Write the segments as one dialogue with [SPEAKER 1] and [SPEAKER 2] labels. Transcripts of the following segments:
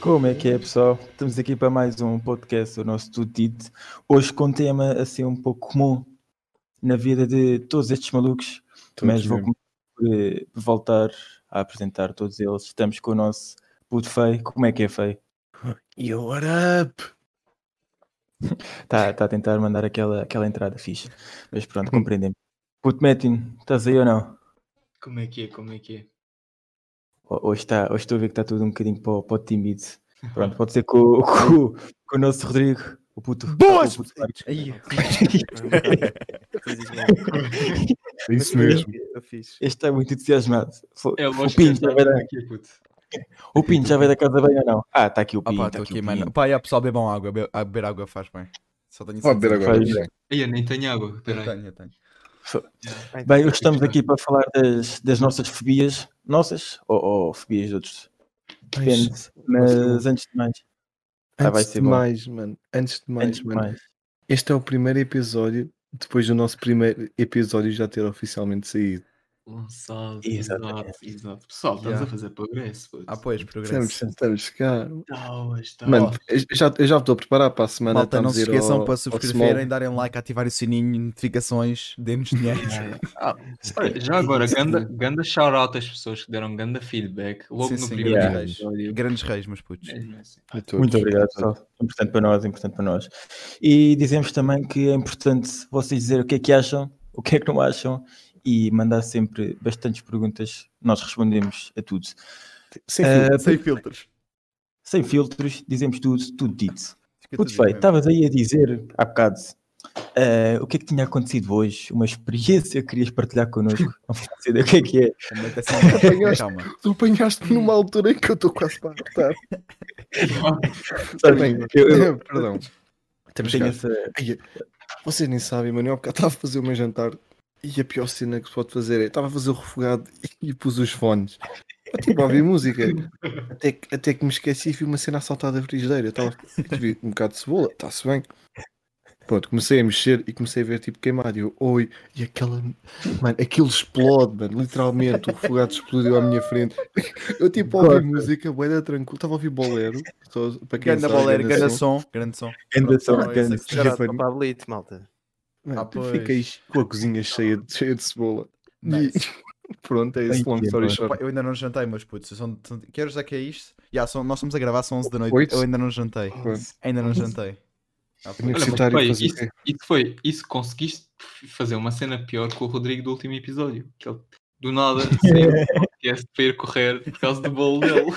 [SPEAKER 1] Como é que é, pessoal? Estamos aqui para mais um podcast do nosso Tutite. Hoje com um tema assim um pouco comum na vida de todos estes malucos,
[SPEAKER 2] Todos
[SPEAKER 1] mas vou
[SPEAKER 2] mesmo.
[SPEAKER 1] começar por, eh, voltar a apresentar todos eles. Estamos com o nosso puto feio. Como é que é, feio?
[SPEAKER 2] E what up?
[SPEAKER 1] Está tá a tentar mandar aquela, aquela entrada fixe, mas pronto, compreendemos. Puto Metin, estás aí ou não?
[SPEAKER 3] Como é que é? Como é que é?
[SPEAKER 1] Ho- Hoje, tá, hoje estou a ver que está tudo um bocadinho para, o- para o tímido. Pronto, pode ser com, o- com, o- com o nosso Rodrigo, o puto.
[SPEAKER 4] Boas!
[SPEAKER 1] o puto feio.
[SPEAKER 2] É isso mesmo.
[SPEAKER 1] Este é muito entusiasmado. Fo-
[SPEAKER 3] É
[SPEAKER 1] o
[SPEAKER 3] lógico
[SPEAKER 1] Pinto
[SPEAKER 3] esta
[SPEAKER 1] já vai, da,
[SPEAKER 3] aqui, puto.
[SPEAKER 1] o Pinto já vai da casa bem ou não? Ah, está aqui o
[SPEAKER 4] Ah
[SPEAKER 1] Pinto.
[SPEAKER 4] pá,
[SPEAKER 1] tá
[SPEAKER 4] estou
[SPEAKER 1] aqui
[SPEAKER 4] aqui,
[SPEAKER 1] o
[SPEAKER 4] mano.
[SPEAKER 1] Pinto.
[SPEAKER 4] Pá, é pessoal, bebam água. Be a beber água faz bem. Só tenho
[SPEAKER 2] Vou beber
[SPEAKER 4] certeza.
[SPEAKER 2] agora.
[SPEAKER 1] Faz-
[SPEAKER 3] Ei, eu nem tenho água, peraí.
[SPEAKER 4] Eu tenho, eu tenho.
[SPEAKER 1] Bem, hoje estamos Tá aqui para falar das, das nossas fobias. Nossas? Ou, ou fobias de outros? Depende. Mas antes de mais. Ah, vai
[SPEAKER 2] Antes
[SPEAKER 1] ser
[SPEAKER 2] de
[SPEAKER 1] bom.
[SPEAKER 2] mais, mano. Antes de mais,
[SPEAKER 1] antes de
[SPEAKER 2] mano.
[SPEAKER 1] mais.
[SPEAKER 2] Este é o primeiro episódio, depois do nosso primeiro episódio já ter oficialmente saído.
[SPEAKER 3] Gonçalo,
[SPEAKER 1] Exatamente.
[SPEAKER 3] exato, exato. Pessoal, estamos
[SPEAKER 4] Yeah.
[SPEAKER 3] a fazer progresso, puto. Tá,
[SPEAKER 4] Ah, pois, é
[SPEAKER 2] Estamos,
[SPEAKER 4] progresso.
[SPEAKER 2] estamos cá.
[SPEAKER 3] Tauas,
[SPEAKER 1] Tá
[SPEAKER 3] tauas.
[SPEAKER 2] Mano, eu já, eu já me estou a preparar para a semana.
[SPEAKER 4] Malta, não se
[SPEAKER 2] estamos a ir
[SPEAKER 4] esqueçam
[SPEAKER 2] ao-
[SPEAKER 4] para
[SPEAKER 2] ao
[SPEAKER 4] subscreverem,
[SPEAKER 2] small.
[SPEAKER 4] darem like, ativarem o sininho, notificações, dê-nos dinheiro.
[SPEAKER 3] É. Olha, já agora, ganda, ganda shout-out às pessoas que deram ganda feedback logo
[SPEAKER 4] Sim,
[SPEAKER 3] no
[SPEAKER 4] sim,
[SPEAKER 3] primeiro
[SPEAKER 4] yeah.
[SPEAKER 3] episódio.
[SPEAKER 4] Grandes reis, meus putos.
[SPEAKER 3] Mesmo assim.
[SPEAKER 2] A todos.
[SPEAKER 1] Muito obrigado, pessoal. Importante para nós, importante para nós. E dizemos também que é importante vocês dizer o que é que acham, o que é que não acham e mandar sempre bastantes perguntas. Nós respondemos a tudo.
[SPEAKER 2] Sem
[SPEAKER 1] Eh,
[SPEAKER 2] fio.
[SPEAKER 4] Sem filtros.
[SPEAKER 1] Sem filtros, dizemos tudo, tudo dito.
[SPEAKER 4] Fica
[SPEAKER 1] Putz, feio,
[SPEAKER 4] tudo
[SPEAKER 1] tá.
[SPEAKER 4] dito
[SPEAKER 1] estavas aí a dizer há bocado eh, o que é que tinha acontecido hoje, uma experiência que querias partilhar connosco. Não faço ideia o que é que é.
[SPEAKER 4] mesmo. Também tem só-
[SPEAKER 2] Apanhaste.
[SPEAKER 4] Calma.
[SPEAKER 2] Tu apanhaste-me numa altura em que eu estou quase para apertar. Tá
[SPEAKER 1] Sabes,
[SPEAKER 2] Bem,
[SPEAKER 1] eu, eu
[SPEAKER 2] Perdão. Temos
[SPEAKER 1] tenho
[SPEAKER 2] cá.
[SPEAKER 1] essa.
[SPEAKER 2] Vocês nem sabem, mano. Eu há bocado estava a fazer o meu jantar e a pior cena que se pode fazer é. Estava a fazer o refogado e pus os fones. Eu Tipo, a ouvir música. Até que, até que me esqueci e vi uma cena assaltada da frigideira. Eu Estava a vi um bocado de cebola, está-se bem. Pronto, comecei a mexer e comecei a ver tipo queimado. E eu, oi, e aquela. Mano, aquilo explode, mano. Literalmente, o refogado explodiu à minha frente. Eu tipo a ouvir música, boeda tranquilo. Estava a ouvir bolero. Só, para quem
[SPEAKER 4] Ganda
[SPEAKER 2] sabe,
[SPEAKER 4] bolero,
[SPEAKER 2] ganda
[SPEAKER 4] ganda
[SPEAKER 2] som.
[SPEAKER 4] som, grande som.
[SPEAKER 1] Ganda som,
[SPEAKER 4] Pronto,
[SPEAKER 1] ganda
[SPEAKER 4] esse é que
[SPEAKER 2] som.
[SPEAKER 4] será.
[SPEAKER 2] Foi-
[SPEAKER 5] Pablito, malta.
[SPEAKER 2] Mano,
[SPEAKER 4] Ah,
[SPEAKER 2] tu
[SPEAKER 4] pois.
[SPEAKER 2] fiquei com a cozinha cheia de, cheia de cebola.
[SPEAKER 4] Nice.
[SPEAKER 2] E pronto, é isso.
[SPEAKER 1] Ai,
[SPEAKER 2] Long
[SPEAKER 1] que
[SPEAKER 2] story
[SPEAKER 1] bom.
[SPEAKER 4] Pá,
[SPEAKER 2] short.
[SPEAKER 4] Eu ainda não jantei, meus putos. São... Queres já que é isto? Já, são... Nós estamos a gravar, são 11 da noite.
[SPEAKER 2] Oito?
[SPEAKER 4] Eu ainda não jantei.
[SPEAKER 2] Pronto.
[SPEAKER 4] Ainda não jantei. Ah, pá.
[SPEAKER 3] Olha, mas
[SPEAKER 2] Universitário
[SPEAKER 3] foi,
[SPEAKER 2] fazer o
[SPEAKER 3] isso,
[SPEAKER 2] quê?
[SPEAKER 3] isso foi, isso conseguiste fazer uma cena pior que o Rodrigo do último episódio. Que ele do nada saiu do podcast para ir correr por causa do bolo dele.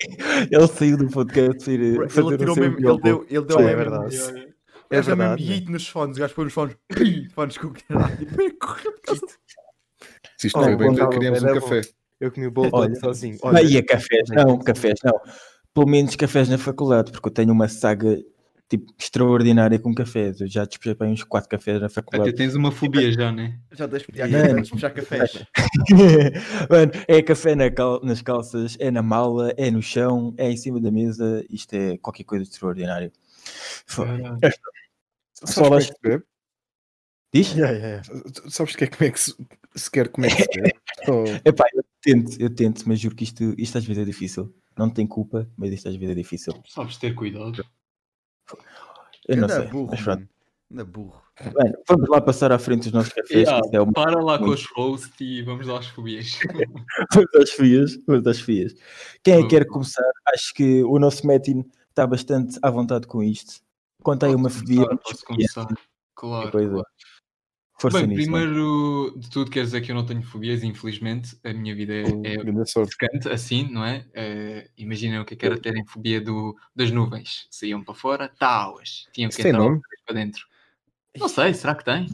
[SPEAKER 1] Ele saiu do podcast e ir
[SPEAKER 4] Bro,
[SPEAKER 1] eh, fazer
[SPEAKER 4] Ele tirou
[SPEAKER 1] o seu
[SPEAKER 4] mesmo, ele deu, ele deu
[SPEAKER 5] Sim, é
[SPEAKER 4] mesmo-
[SPEAKER 5] verdade.
[SPEAKER 4] ele
[SPEAKER 5] É
[SPEAKER 4] deu mesmo
[SPEAKER 5] verdade.
[SPEAKER 4] yeet nos fones, o gajo põe nos fones, fones com o caralho, e correu por causa do-
[SPEAKER 2] Se isto
[SPEAKER 5] Oh,
[SPEAKER 2] foi bem,
[SPEAKER 5] bom,
[SPEAKER 2] queríamos um
[SPEAKER 5] era bom.
[SPEAKER 2] café.
[SPEAKER 5] Eu comi o bolo
[SPEAKER 1] Olha,
[SPEAKER 5] todo sozinho.
[SPEAKER 1] Não, e a cafés, não, cafés, não. Pelo menos cafés na faculdade, porque eu tenho uma saga tipo, extraordinária com cafés. Eu já despejei bem uns 4 cafés na faculdade.
[SPEAKER 3] Até tens uma fobia já, né?
[SPEAKER 4] Já tens já
[SPEAKER 1] Mano.
[SPEAKER 4] tens de puxar cafés.
[SPEAKER 1] Mano, é café na cal- nas calças, é na mala, é no chão, é em cima da mesa. Isto é qualquer coisa de extraordinário. Fô,
[SPEAKER 2] Sabes como é que se bebe?
[SPEAKER 1] Diz?
[SPEAKER 5] Yeah, yeah, yeah.
[SPEAKER 2] Sabes que é como é que se, sequer como é que se bebe? Oh,
[SPEAKER 1] Epá, eu tento, eu tento, mas juro que isto, isto às vezes é difícil. Não tem culpa, mas isto às vezes é difícil.
[SPEAKER 3] Sabes ter cuidado.
[SPEAKER 1] Eu não
[SPEAKER 4] Anda
[SPEAKER 1] sei.
[SPEAKER 4] é burro,
[SPEAKER 1] mas pronto.
[SPEAKER 4] mano. Anda burro.
[SPEAKER 1] Mano, vamos lá passar à frente os nossos cafés. que
[SPEAKER 3] Yeah,
[SPEAKER 1] isto é uma...
[SPEAKER 3] Para lá com
[SPEAKER 1] muito.
[SPEAKER 3] os hosts e vamos lá às fobias.
[SPEAKER 1] Vamos às fias. Vamos às fias. Quem é que quer
[SPEAKER 3] Hum.
[SPEAKER 1] começar? Acho que o nosso Metin está bastante à vontade com isto. Conta aí uma fobia.
[SPEAKER 3] Claro, posso começar. Claro.
[SPEAKER 1] coisa.
[SPEAKER 3] claro.
[SPEAKER 1] Força
[SPEAKER 3] Bem,
[SPEAKER 1] nisso,
[SPEAKER 4] é?
[SPEAKER 1] mano.
[SPEAKER 3] primeiro de tudo, quer dizer que eu não tenho fobias, infelizmente. A minha vida é, é
[SPEAKER 2] oh, grande sorte.
[SPEAKER 3] secante, assim, não é? Eh, imaginem o que é que era terem fobia do, das nuvens. Saíam para fora, tauas. Tinham que
[SPEAKER 2] Isso tem
[SPEAKER 3] entrar
[SPEAKER 2] nome?
[SPEAKER 3] outra vez para dentro. Não sei, será que tem?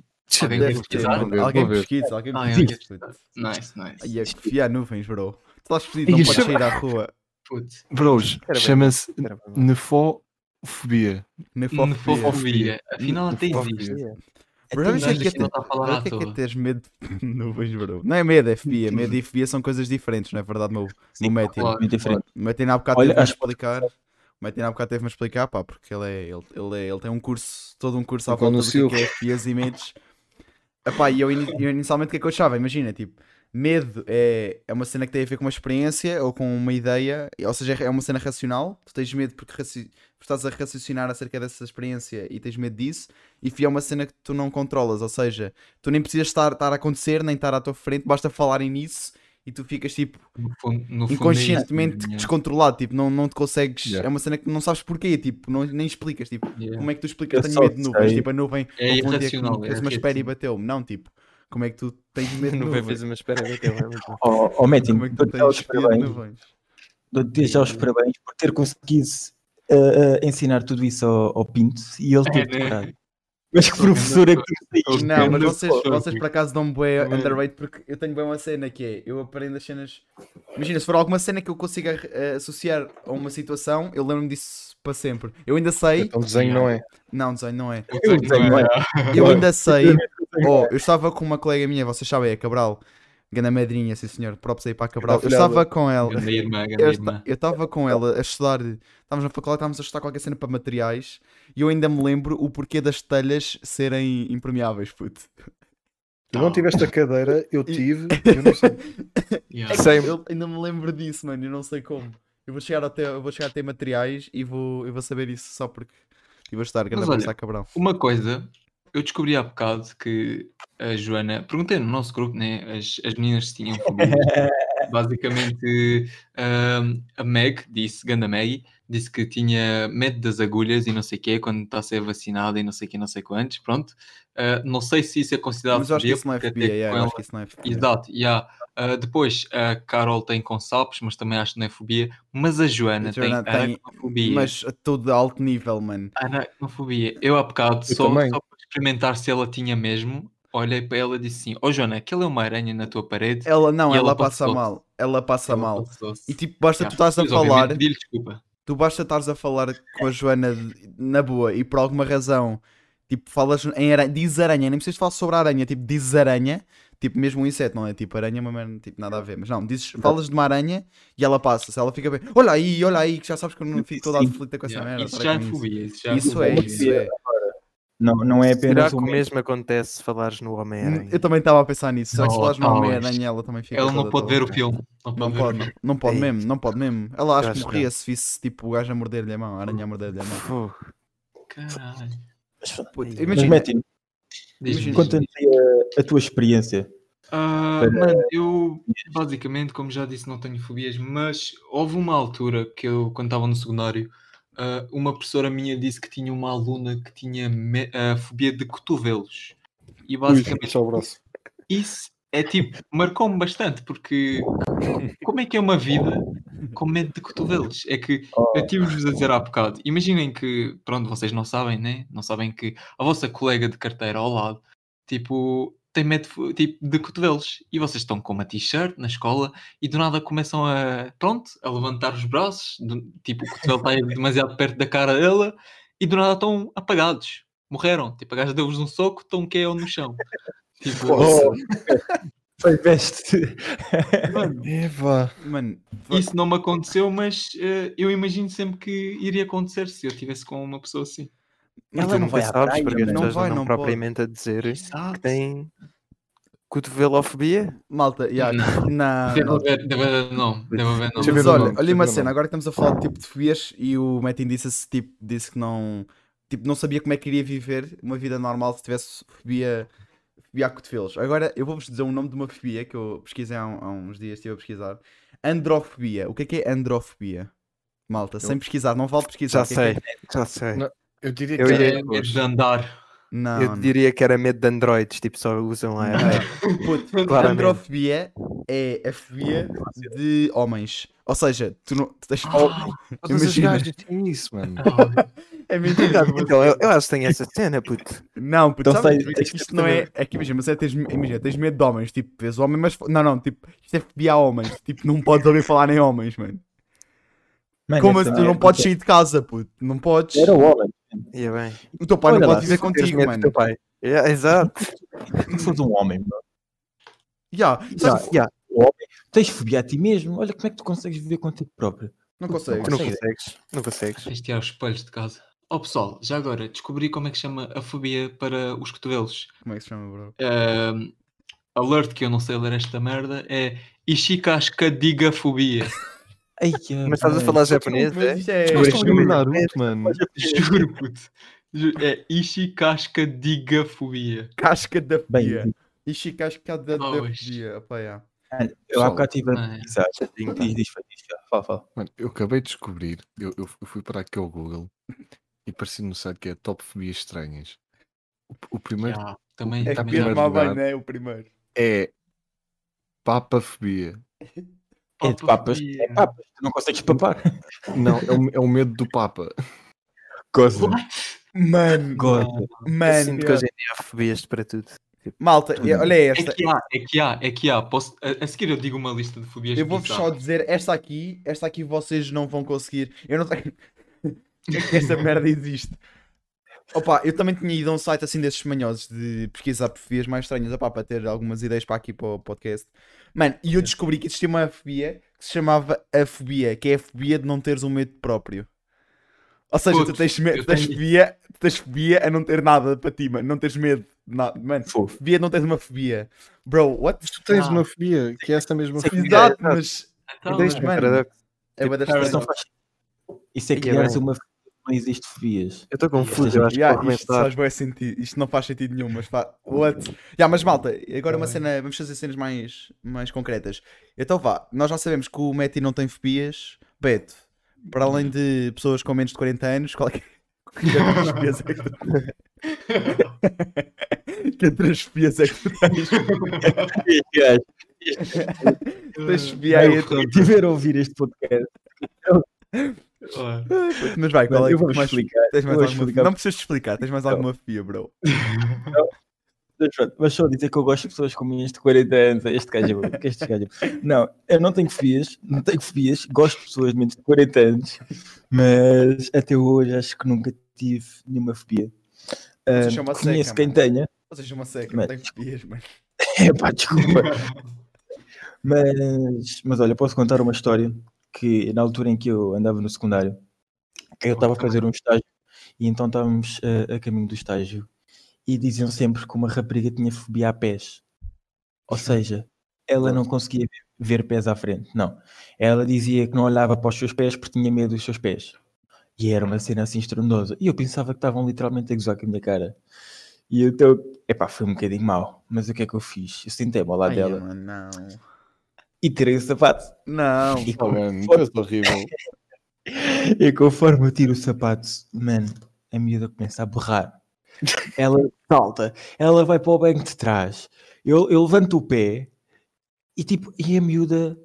[SPEAKER 4] Deve
[SPEAKER 3] Alguém quer
[SPEAKER 4] ter,
[SPEAKER 3] pesquisar?
[SPEAKER 4] mano.
[SPEAKER 2] Vou ver,
[SPEAKER 4] Alguém
[SPEAKER 2] vou ver.
[SPEAKER 4] pesquisa, alguém
[SPEAKER 3] Ah,
[SPEAKER 4] pesquisa.
[SPEAKER 3] Nice, nice.
[SPEAKER 4] Ai, é que fia nuvens, bro. Tu estás fedido, não
[SPEAKER 2] Ai,
[SPEAKER 4] podes
[SPEAKER 2] chama-
[SPEAKER 4] sair à rua.
[SPEAKER 3] Putz,
[SPEAKER 2] Bros,
[SPEAKER 5] Espera bem.
[SPEAKER 2] chama-se
[SPEAKER 5] Espera, vamos lá.
[SPEAKER 2] nefofobia.
[SPEAKER 4] Nem fofo.
[SPEAKER 3] nefofobia. Afinal, até existe.
[SPEAKER 4] Bro, já viste
[SPEAKER 3] Não,
[SPEAKER 4] o que é
[SPEAKER 3] isto não
[SPEAKER 4] que-
[SPEAKER 3] está a falar
[SPEAKER 4] Para
[SPEAKER 3] à
[SPEAKER 4] que é que é
[SPEAKER 3] toa.
[SPEAKER 4] teres medo de nuvens, bro? Não é medo, é fobia. Medo e fobia são coisas diferentes, não é verdade, meu, meu Metin?
[SPEAKER 3] claro.
[SPEAKER 1] Muito diferente.
[SPEAKER 4] O Matina há bocado
[SPEAKER 1] Olha,
[SPEAKER 4] teve-me a
[SPEAKER 1] acho que pode
[SPEAKER 4] explicar. O Matina há bocado teve-me a explicar, pá, porque ele, é, ele, ele, é- ele tem um curso, todo um curso à
[SPEAKER 2] Igual
[SPEAKER 4] volta
[SPEAKER 2] no
[SPEAKER 4] do que é
[SPEAKER 2] Silva.
[SPEAKER 4] que é FPs e medos. Epá, e eu, ini- eu inicialmente o que é que eu achava? Imagina, tipo, Medo é, é uma cena que tem a ver com uma experiência ou com uma ideia, ou seja, é uma cena racional. Tu tens medo porque raci- estás a raciocinar acerca dessa experiência e tens medo disso. E fio é uma cena que tu não controlas, ou seja, tu nem precisas estar, estar a acontecer, nem estar à tua frente, basta falarem nisso e tu ficas tipo
[SPEAKER 3] No fundo, no fundo é isso,
[SPEAKER 4] inconscientemente
[SPEAKER 3] yeah,
[SPEAKER 4] descontrolado, tipo, não, não te consegues.
[SPEAKER 6] Yeah.
[SPEAKER 4] É uma cena que não sabes porquê, tipo, não, nem explicas, tipo,
[SPEAKER 3] yeah.
[SPEAKER 4] como é que tu explicas?
[SPEAKER 1] Eu
[SPEAKER 4] Tenho
[SPEAKER 1] só
[SPEAKER 4] medo de nuvens,
[SPEAKER 1] sei.
[SPEAKER 4] tipo, a nuvem
[SPEAKER 3] É
[SPEAKER 4] houve um dia que
[SPEAKER 3] irracional, é
[SPEAKER 4] fez uma espera e
[SPEAKER 3] irracional.
[SPEAKER 4] bateu-me, não, tipo, como é que tu tens medo de
[SPEAKER 5] Não vai
[SPEAKER 4] nuvens?
[SPEAKER 5] fazer uma espera até lá. muito bom.
[SPEAKER 1] Ó oh,
[SPEAKER 4] Como é que tu
[SPEAKER 1] dou-te já os
[SPEAKER 4] tens medo de
[SPEAKER 1] parabéns,
[SPEAKER 4] nuvens?
[SPEAKER 1] dou-te já os parabéns por ter conseguido eh, eh, ensinar tudo isso ao, ao Pinto e ele ter
[SPEAKER 3] né?
[SPEAKER 1] decorado. Mas que professor é que tu saíste?
[SPEAKER 3] Não,
[SPEAKER 4] Não,
[SPEAKER 3] Depende
[SPEAKER 4] mas
[SPEAKER 3] do
[SPEAKER 4] vocês,
[SPEAKER 3] foco.
[SPEAKER 6] É
[SPEAKER 4] vocês por acaso dão-me bué
[SPEAKER 5] Também.
[SPEAKER 4] underrated porque eu tenho bem uma cena que é, eu aprendo as cenas. Imagina, se for alguma cena que eu consiga eh, associar a uma situação, eu lembro-me disso para sempre. Eu ainda sei.
[SPEAKER 6] Então desenho não é.
[SPEAKER 4] Não, desenho não é.
[SPEAKER 3] Eu
[SPEAKER 1] Eu
[SPEAKER 3] tenho-
[SPEAKER 1] tenho, não é?
[SPEAKER 4] Eu ainda sei. Oh, eu estava com uma colega minha, vocês sabem, a Cabral. Gana Madrinha, sim senhor, próprios aí para a Cabral. Eu
[SPEAKER 6] filhada.
[SPEAKER 4] estava com ela.
[SPEAKER 3] Grande irmã, grande
[SPEAKER 4] Eu
[SPEAKER 3] irmã.
[SPEAKER 4] esta- eu estava com ela a estudar, estávamos na faculdade, estávamos a estudar qualquer cena para materiais e eu ainda me lembro o porquê das telhas serem impermeáveis, puto.
[SPEAKER 6] Tu não tiveste a cadeira, eu tive, eu não sei.
[SPEAKER 3] Yeah.
[SPEAKER 5] Sei,
[SPEAKER 4] Eu ainda me lembro disso, mano, eu não sei como. Eu vou chegar até, eu vou chegar até materiais e vou, eu vou saber isso só porque estive a estudar, grande
[SPEAKER 3] Mas
[SPEAKER 4] abraço
[SPEAKER 3] olha,
[SPEAKER 4] à Cabral.
[SPEAKER 3] Uma coisa, eu descobri há bocado que a Joana, perguntei no nosso grupo, né? As, as meninas tinham fobias. Basicamente, ahm, a Meg disse, Ganda Meg, disse que tinha medo das agulhas e não sei o quê, quando está a ser vacinada e não sei o quê, não sei quantos, pronto. Ah, não sei se isso é considerado
[SPEAKER 4] Mas eu acho que
[SPEAKER 3] fobia,
[SPEAKER 4] isso não é
[SPEAKER 3] porque até
[SPEAKER 4] FBA, yeah,
[SPEAKER 3] com
[SPEAKER 4] eu
[SPEAKER 3] ela-
[SPEAKER 4] acho que isso não é FBA.
[SPEAKER 3] Exato, yeah. Ah, depois a Carol tem com sapos, mas também acho que não é fobia. Mas a Joana,
[SPEAKER 4] A Joana
[SPEAKER 3] tem,
[SPEAKER 4] tem,
[SPEAKER 3] aracnofobia.
[SPEAKER 4] Mas a todo alto nível, mano.
[SPEAKER 3] Aracnofobia. Eu há bocado,
[SPEAKER 6] Eu
[SPEAKER 3] só,
[SPEAKER 6] também.
[SPEAKER 3] só para experimentar se ela tinha mesmo, olhei para ela e disse assim: Ó Joana, aquela é uma aranha na tua parede.
[SPEAKER 4] Ela não,
[SPEAKER 3] E
[SPEAKER 4] ela,
[SPEAKER 3] ela
[SPEAKER 4] passa
[SPEAKER 3] passou-se.
[SPEAKER 4] mal. Ela passa
[SPEAKER 3] Ela assim,
[SPEAKER 4] mal.
[SPEAKER 3] passou-se.
[SPEAKER 4] E tipo, basta
[SPEAKER 3] Yeah.
[SPEAKER 4] tu estás a
[SPEAKER 3] Mas, obviamente,
[SPEAKER 4] falar.
[SPEAKER 3] Pedi-lhe desculpa.
[SPEAKER 4] tu basta estares a falar com a Joana de- na boa e por alguma razão, tipo, falas em aranha, diz aranha, nem precisas falar sobre a aranha, tipo, diz aranha, tipo, mesmo um inseto, não é? Tipo, aranha, mas mano, tipo, nada a ver, mas não, dizes, falas de uma aranha e ela passa, se ela fica bem, olha aí, olha aí, que já sabes que eu não fico toda
[SPEAKER 1] Sim.
[SPEAKER 4] aflita com essa
[SPEAKER 3] Yeah.
[SPEAKER 4] merda.
[SPEAKER 3] Isso
[SPEAKER 4] para
[SPEAKER 3] já é
[SPEAKER 4] com isso.
[SPEAKER 3] fobia. Isso, já
[SPEAKER 4] Isso é,
[SPEAKER 3] fobia.
[SPEAKER 4] isso é.
[SPEAKER 1] Não, não é
[SPEAKER 5] Será
[SPEAKER 1] apenas
[SPEAKER 5] que
[SPEAKER 1] um
[SPEAKER 5] o
[SPEAKER 1] medo.
[SPEAKER 5] mesmo acontece se falares no Homem-Aranha?
[SPEAKER 4] Eu também estava a pensar nisso, será que se
[SPEAKER 3] Não,
[SPEAKER 4] falares no
[SPEAKER 3] talvez.
[SPEAKER 4] Homem-Aranha ela também fica
[SPEAKER 3] Ela não
[SPEAKER 4] toda-
[SPEAKER 3] pode
[SPEAKER 4] toda-
[SPEAKER 3] ver o filme. Não pode
[SPEAKER 4] Não
[SPEAKER 3] ver o
[SPEAKER 4] pode,
[SPEAKER 3] filme.
[SPEAKER 4] não pode
[SPEAKER 5] Ei.
[SPEAKER 4] mesmo, não pode mesmo. Ela acho
[SPEAKER 5] É acho
[SPEAKER 4] que
[SPEAKER 5] que é.
[SPEAKER 4] morria
[SPEAKER 5] não.
[SPEAKER 4] se visse tipo o gajo a morder-lhe a mão, a aranha a morder-lhe a mão.
[SPEAKER 5] Fogo.
[SPEAKER 3] Caralho.
[SPEAKER 4] Puto,
[SPEAKER 5] Mas
[SPEAKER 1] Mas,
[SPEAKER 4] imagina,
[SPEAKER 1] Metin,
[SPEAKER 3] Diz-me, diz-me.
[SPEAKER 1] conta-nos aí a, a tua experiência.
[SPEAKER 3] Ah,
[SPEAKER 1] Para-
[SPEAKER 3] mano, eu basicamente, como já disse, não tenho fobias, mas houve uma altura que eu, quando estava no secundário, ah, uma professora minha disse que tinha uma aluna que tinha me- ah, fobia de cotovelos. E basicamente
[SPEAKER 6] Só o braço.
[SPEAKER 3] isso é tipo, marcou-me bastante, porque como é que é uma vida com medo de cotovelos? É que eu tive-vos a dizer há bocado, imaginem que, pronto, vocês não sabem, né? Não sabem que a vossa colega de carteira ao lado, tipo, tem medo de fo- tipo, de cotovelos e vocês estão com uma t-shirt na escola e do nada começam a, pronto, a levantar os braços, do- tipo, o cotovelo está aí demasiado perto da cara dela e do nada estão apagados, morreram. Tipo, a gaja deu-vos um soco, estão que no chão. Tipo,
[SPEAKER 1] Oh, foi veste.
[SPEAKER 3] Mano,
[SPEAKER 6] Eva.
[SPEAKER 4] mano,
[SPEAKER 3] isso não me aconteceu, mas eh, eu imagino sempre que iria acontecer se eu estivesse com uma pessoa assim.
[SPEAKER 5] Mas
[SPEAKER 4] ela
[SPEAKER 5] tu
[SPEAKER 4] não
[SPEAKER 5] nunca
[SPEAKER 4] vai à
[SPEAKER 5] sabes
[SPEAKER 4] praia,
[SPEAKER 5] porque as
[SPEAKER 4] mano.
[SPEAKER 5] pessoas
[SPEAKER 4] Não vai,
[SPEAKER 5] andam
[SPEAKER 4] não pode.
[SPEAKER 5] propriamente a dizer
[SPEAKER 3] Exato.
[SPEAKER 5] que têm cotovelofobia.
[SPEAKER 4] Malta, yeah, não,
[SPEAKER 3] Ah, Deve
[SPEAKER 4] não.
[SPEAKER 3] haver, deve haver nome, deve haver
[SPEAKER 6] Deixa eu ver
[SPEAKER 3] nome.
[SPEAKER 4] Mas
[SPEAKER 6] o
[SPEAKER 4] olha,
[SPEAKER 6] nome, deixa
[SPEAKER 4] olha
[SPEAKER 6] eu
[SPEAKER 4] uma
[SPEAKER 6] ver o
[SPEAKER 4] cena,
[SPEAKER 6] nome.
[SPEAKER 4] agora que estamos a falar de tipo de fobias e o Metin disse, tipo, disse que não. Tipo, não sabia como é que iria viver uma vida normal se tivesse fobia, fobia a cotovelos. Agora eu vou-vos dizer o nome de uma fobia que eu pesquisei há, um- há uns dias, estive a pesquisar. Androfobia. O que é que é androfobia? Malta, sem pesquisar, não vale pesquisar.
[SPEAKER 5] Já
[SPEAKER 4] o que é que é-
[SPEAKER 5] sei, já sei.
[SPEAKER 6] Não, Eu diria que
[SPEAKER 5] Eu
[SPEAKER 3] Cara,
[SPEAKER 5] ia-
[SPEAKER 3] é medo de andar.
[SPEAKER 4] Não,
[SPEAKER 5] Eu
[SPEAKER 4] Ah, não.
[SPEAKER 5] diria que era medo de androides, tipo, só usam a
[SPEAKER 4] Não. é. Puto,
[SPEAKER 5] Claramente.
[SPEAKER 4] androfobia é a fobia de homens. Ou seja, tu não. Tu tens...
[SPEAKER 5] Ah.
[SPEAKER 6] todas as
[SPEAKER 4] Imagina.
[SPEAKER 6] gajas tinham isso, mano.
[SPEAKER 4] É mentira.
[SPEAKER 5] Então, eu, eu acho que tem essa cena, puto.
[SPEAKER 4] Não, puto,
[SPEAKER 1] Então
[SPEAKER 4] sabes,
[SPEAKER 1] sei-
[SPEAKER 4] é que isto não é. É que imagina, mas é tens, imagina, tens medo de homens, tipo, vês o homem, mas. Não, não, tipo, isto é fobia a homens, tipo, não podes ouvir falar em homens, mano.
[SPEAKER 1] Mano,
[SPEAKER 4] Como
[SPEAKER 1] essa
[SPEAKER 4] assim? Tu não
[SPEAKER 1] merda
[SPEAKER 4] podes sair de casa, puto, não podes.
[SPEAKER 1] é Era o homem.
[SPEAKER 5] Ia é bem.
[SPEAKER 4] O teu pai não
[SPEAKER 1] Olha lá,
[SPEAKER 4] pode viver
[SPEAKER 5] Teres
[SPEAKER 4] contigo,
[SPEAKER 5] medo do teu
[SPEAKER 4] mano.
[SPEAKER 5] pai. Yeah, exato.
[SPEAKER 1] Tu Sou de um homem. bro.
[SPEAKER 4] Já,
[SPEAKER 5] Já,
[SPEAKER 4] sabes,
[SPEAKER 5] já.
[SPEAKER 1] Tens fobia a ti mesmo. Olha como é que tu consegues viver contigo próprio.
[SPEAKER 4] não consegues.
[SPEAKER 5] Tu não consegues, não consegues.
[SPEAKER 3] Este é os espelhos de casa. Oh pessoal, já agora descobri como é que chama a fobia para os cotovelos.
[SPEAKER 4] Como é que se chama, bro?
[SPEAKER 3] Ahm, alert que eu não sei ler esta merda, é Ishikashkadigafobia.
[SPEAKER 1] Ai,
[SPEAKER 5] Mas estás a falar japonês, é?
[SPEAKER 4] Mas isto é-
[SPEAKER 6] Eu estou no Naruto, mano.
[SPEAKER 3] Juro, puto. Ju- É Ishikashkadigafobia.
[SPEAKER 4] Casca da fobia.
[SPEAKER 1] Bem,
[SPEAKER 4] Ixi, casca da da
[SPEAKER 3] Oh, isto-
[SPEAKER 4] fobia. Opa, já.
[SPEAKER 1] eu há bocado tive a
[SPEAKER 3] Ah, é.
[SPEAKER 1] pesquisar. Diz, diz, diz, fala, fala.
[SPEAKER 6] Mano, eu acabei de descobrir, eu, eu eu fui para aqui ao Google e apareci no site que é Top Fobias Estranhas. O, p- o primeiro
[SPEAKER 3] Já, também,
[SPEAKER 4] É
[SPEAKER 6] Tá
[SPEAKER 3] também
[SPEAKER 4] que
[SPEAKER 6] pior.
[SPEAKER 3] é
[SPEAKER 4] armava
[SPEAKER 6] lugar.
[SPEAKER 4] bem, né? O primeiro.
[SPEAKER 6] é Papafobia.
[SPEAKER 1] É de papas.
[SPEAKER 3] papafobia.
[SPEAKER 1] É papas. Tu não consegues papar.
[SPEAKER 6] Não, é o, é o medo do Papa.
[SPEAKER 1] Goza.
[SPEAKER 4] Mano,
[SPEAKER 1] Goza.
[SPEAKER 5] Eu
[SPEAKER 4] mano.
[SPEAKER 5] sinto que hoje em dia há fobias para tudo.
[SPEAKER 4] tipo Malta, e- olha
[SPEAKER 3] É
[SPEAKER 4] esta.
[SPEAKER 3] que há, é que há, é que há. Posso, a, a seguir eu digo uma lista de fobias
[SPEAKER 4] Eu vou-vos só
[SPEAKER 3] bizarras.
[SPEAKER 4] dizer, esta aqui, esta aqui vocês não vão conseguir. Eu não tenho. É que esta merda existe. Opa, eu também tinha ido a um site assim desses manhosos de pesquisar por fobias mais estranhas, opá, para ter algumas ideias para aqui para o podcast. Mano, e eu descobri que existia uma fobia que se chamava a fobia, que é a fobia de não teres um medo próprio. Ou seja, tu
[SPEAKER 3] Puto,
[SPEAKER 4] tens, me-
[SPEAKER 3] eu
[SPEAKER 4] tu tens,
[SPEAKER 3] tenho-
[SPEAKER 4] fobia, tu tens fobia a não ter nada para ti, mano. Não tens medo. de nada. Mano,
[SPEAKER 1] Fofo.
[SPEAKER 4] fobia de não tens uma fobia. Bro, what?
[SPEAKER 6] Tu tens
[SPEAKER 3] Ah.
[SPEAKER 6] uma fobia, que é essa mesma
[SPEAKER 5] Sim.
[SPEAKER 6] fobia.
[SPEAKER 4] Exato,
[SPEAKER 5] exato.
[SPEAKER 4] mas
[SPEAKER 3] Então,
[SPEAKER 4] Dois
[SPEAKER 5] É um
[SPEAKER 4] Mano.
[SPEAKER 5] paradoxo.
[SPEAKER 4] É bué da
[SPEAKER 3] Cara,
[SPEAKER 1] Mas Tipo, não
[SPEAKER 4] estranho.
[SPEAKER 1] faz sentido. Isso é
[SPEAKER 5] Ai,
[SPEAKER 1] criar
[SPEAKER 5] bem.
[SPEAKER 1] uma fobia, não existe fobias.
[SPEAKER 5] Eu estou confuso,
[SPEAKER 1] Sim.
[SPEAKER 5] eu acho
[SPEAKER 3] é
[SPEAKER 5] que vou
[SPEAKER 4] Yeah, isto,
[SPEAKER 5] começar.
[SPEAKER 4] faz bué sentido. isto não faz sentido nenhum, mas fa... What? Yeah, mas malta, agora uma
[SPEAKER 3] Tá bem.
[SPEAKER 4] cena, vamos fazer cenas mais, mais concretas. Então vá, nós já sabemos que o Meti não tem fobias. Beto, para além de pessoas com menos de 40 anos, qual é que que outras fobias é que tu tens? Que outras fobias é que tu tens? Tens fobia aí.
[SPEAKER 1] tiver a ouvir este podcast,
[SPEAKER 3] Ah,
[SPEAKER 4] Mas vai, qual é
[SPEAKER 1] eu
[SPEAKER 4] que
[SPEAKER 1] vou
[SPEAKER 4] mais...
[SPEAKER 1] explicar.
[SPEAKER 4] Tens mais
[SPEAKER 1] eu vou
[SPEAKER 4] alguma...
[SPEAKER 1] explicar. Então,
[SPEAKER 4] Não precisas de explicar, tens mais alguma fobia, bro.
[SPEAKER 1] Mas pronto, Mas só dizer que eu gosto de pessoas com menos de 40 anos. É Este gajo é bom, que este gajo é bom. Não, eu não tenho fobias, não tenho fobias, gosto de pessoas de menos de 40 anos, mas até hoje acho que nunca tive nenhuma fobia. Ah,
[SPEAKER 4] chama a seca,
[SPEAKER 1] conheço quem
[SPEAKER 4] mano.
[SPEAKER 1] tenha,
[SPEAKER 4] Vocês uma seca, não
[SPEAKER 1] Mano.
[SPEAKER 4] têm fobias, mano.
[SPEAKER 1] Epá, desculpa. mas, mas olha, posso contar uma história que na altura em que eu andava no secundário, eu estava a fazer um estágio e então estávamos eh, a caminho do estágio e diziam sempre que uma rapariga tinha fobia a pés. Ou seja, ela não conseguia ver, ver pés à frente, não. Ela dizia que não olhava para os seus pés porque tinha medo dos seus pés. E era uma cena assim estrondosa. E eu pensava que estavam literalmente a gozar com a minha cara. E então, epá, foi um bocadinho mau. Mas o que é que eu fiz? Eu sentei-me ao lado
[SPEAKER 4] Ai,
[SPEAKER 1] dela
[SPEAKER 4] mano, não.
[SPEAKER 1] e tirei o sapato.
[SPEAKER 4] Não.
[SPEAKER 1] E
[SPEAKER 6] Oh,
[SPEAKER 1] com-
[SPEAKER 6] mano, tu és horrível.
[SPEAKER 1] E conforme eu tiro o sapato, mano, a miúda começa a borrar. Ela salta, ela vai para o banco de trás. Eu, eu levanto o pé e tipo, e a miúda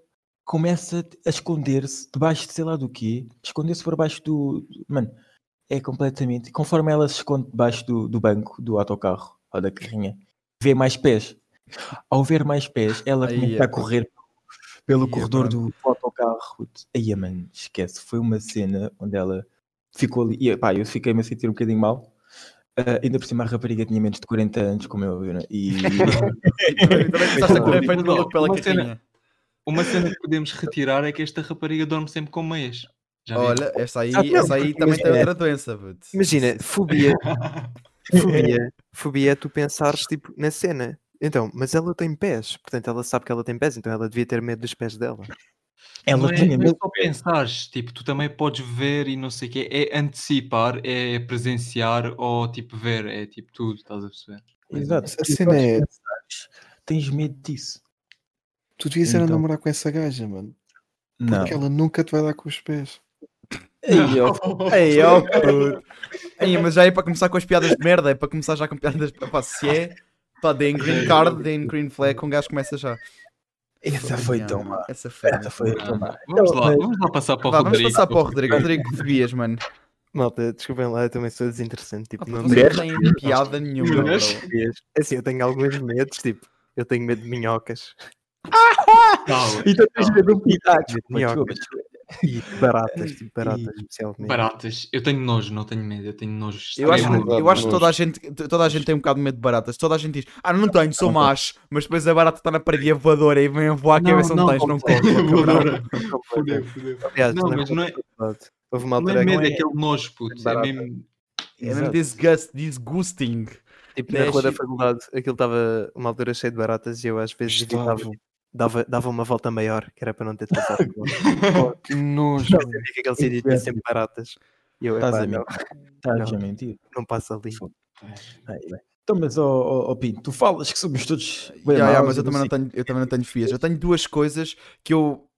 [SPEAKER 1] começa a esconder-se debaixo de sei lá do quê, esconder-se por baixo do. do- Mano, é completamente. Conforme ela se esconde debaixo do, do banco, do autocarro ou da carrinha, vê mais pés. Ao ver mais pés, ela
[SPEAKER 4] Aí,
[SPEAKER 1] começa
[SPEAKER 4] é
[SPEAKER 1] a correr pelo
[SPEAKER 4] Aí, é
[SPEAKER 1] corredor
[SPEAKER 4] brabo.
[SPEAKER 1] do autocarro. Aí, mano, esquece. Foi uma cena onde ela ficou ali. E, pá, eu fiquei-me a sentir um bocadinho mal. Ah, ainda por cima, a rapariga tinha menos de 40 anos, como eu, né? E.
[SPEAKER 4] também também começaste a
[SPEAKER 3] Não,
[SPEAKER 4] correr feito
[SPEAKER 3] não,
[SPEAKER 4] maluco pela
[SPEAKER 3] uma cena-
[SPEAKER 4] carrinha.
[SPEAKER 3] Uma cena que podemos retirar é que esta rapariga dorme sempre com meias. Já vi.
[SPEAKER 4] Olha, essa aí,
[SPEAKER 5] Ah, não,
[SPEAKER 4] essa aí
[SPEAKER 5] porque
[SPEAKER 4] também tem
[SPEAKER 1] imagina-
[SPEAKER 4] outra doença, puto.
[SPEAKER 5] Imagina, fobia. Fobia. Fobia é tu pensares tipo, na cena. Então, mas ela tem pés. Portanto, ela sabe que ela tem pés, então ela devia ter medo dos pés dela.
[SPEAKER 1] Ela
[SPEAKER 3] não é,
[SPEAKER 1] tinha
[SPEAKER 3] não é
[SPEAKER 1] medo.
[SPEAKER 3] só pensares, tipo, tu também podes ver e não sei o quê. É antecipar, é presenciar ou tipo ver, é tipo tudo, estás a perceber?
[SPEAKER 1] Exato.
[SPEAKER 6] A
[SPEAKER 4] Tipo,
[SPEAKER 1] tu só
[SPEAKER 6] cena é-
[SPEAKER 1] pensares, Tens medo disso?
[SPEAKER 6] Tu devias era
[SPEAKER 1] Então.
[SPEAKER 6] namorar com essa gaja, mano.
[SPEAKER 1] Não.
[SPEAKER 6] Porque ela nunca te vai dar com os pés.
[SPEAKER 1] Ei, ó,
[SPEAKER 4] Ei, ó, puto. Ei, mas já é para começar com as piadas de merda, é para começar já com piadas. Pá, se é. Pá, deem green card, deem green flag, com um gajo começa já.
[SPEAKER 1] essa foi
[SPEAKER 4] Não,
[SPEAKER 1] tão má.
[SPEAKER 4] Essa foi.
[SPEAKER 1] Essa foi
[SPEAKER 3] Ah,
[SPEAKER 1] tão má.
[SPEAKER 3] vamos
[SPEAKER 1] Então,
[SPEAKER 3] lá,
[SPEAKER 1] mas-
[SPEAKER 3] vamos lá passar para o
[SPEAKER 4] Vá, vamos
[SPEAKER 3] Rodrigo.
[SPEAKER 4] passar para o Rodrigo. Rodrigo, fobias, mano.
[SPEAKER 5] Malta, desculpem lá, eu também sou desinteressante. Tipo,
[SPEAKER 4] Ah,
[SPEAKER 5] não
[SPEAKER 4] puto,
[SPEAKER 3] é.
[SPEAKER 4] vocês não têm piada nenhuma, bro.
[SPEAKER 3] Mulheres?
[SPEAKER 5] Assim, eu tenho alguns medos, tipo, eu tenho medo de minhocas
[SPEAKER 3] Tal,
[SPEAKER 1] Então tens medo de cuidado.
[SPEAKER 5] Minhoca.
[SPEAKER 1] Desculpa, desculpa.
[SPEAKER 5] e de baratas, tipo, baratas, especialmente.
[SPEAKER 3] Baratas, eu tenho nojo, não tenho medo, eu tenho nojo.
[SPEAKER 4] Eu acho,
[SPEAKER 3] extremo.
[SPEAKER 4] eu acho que toda a, gente, toda a gente tem um bocado de medo de baratas. Toda a gente diz, ah, não tenho, sou macho. Mas depois a barata está na parede e é voadora e vem a voar a
[SPEAKER 3] Não,
[SPEAKER 4] cabeça não,
[SPEAKER 3] não,
[SPEAKER 4] tens, não
[SPEAKER 3] completo.
[SPEAKER 4] corre.
[SPEAKER 3] Voadora.
[SPEAKER 5] Completamente.
[SPEAKER 3] fudeu.
[SPEAKER 5] Aliás,
[SPEAKER 3] Não,
[SPEAKER 5] na
[SPEAKER 3] mas não é,
[SPEAKER 5] faculdade, Houve uma
[SPEAKER 3] não
[SPEAKER 5] altura
[SPEAKER 3] é
[SPEAKER 5] que-
[SPEAKER 3] medo, é aquele nojo, puto. É
[SPEAKER 5] Barata.
[SPEAKER 3] mesmo.
[SPEAKER 4] É mesmo
[SPEAKER 1] Exato.
[SPEAKER 4] disgust, disgusting.
[SPEAKER 5] Tipo, na
[SPEAKER 4] Né,
[SPEAKER 5] rua da
[SPEAKER 4] chi-
[SPEAKER 5] faculdade, aquilo estava uma altura cheio de baratas e eu às vezes
[SPEAKER 6] Gustavo.
[SPEAKER 5] evitava, dava, dava uma volta maior, que era para não ter de passar. por lá.
[SPEAKER 1] Oh,
[SPEAKER 6] Pô, que nojo.
[SPEAKER 5] Eu sabia que aquele sítio tinha sempre baratas. E eu,
[SPEAKER 1] Estás
[SPEAKER 5] "Epá,
[SPEAKER 1] a
[SPEAKER 5] não,
[SPEAKER 1] Estás
[SPEAKER 5] Não.
[SPEAKER 1] a mentir.
[SPEAKER 5] não passa ali.
[SPEAKER 1] Ai, bem. Então, mas, ó ó- ó Pinto, tu falas que somos todos. bem
[SPEAKER 4] Ya, ya,
[SPEAKER 1] maus
[SPEAKER 4] mas
[SPEAKER 1] e
[SPEAKER 4] eu também, não
[SPEAKER 1] assim.
[SPEAKER 4] tenho, eu também não tenho fias. Eu tenho duas coisas que eu.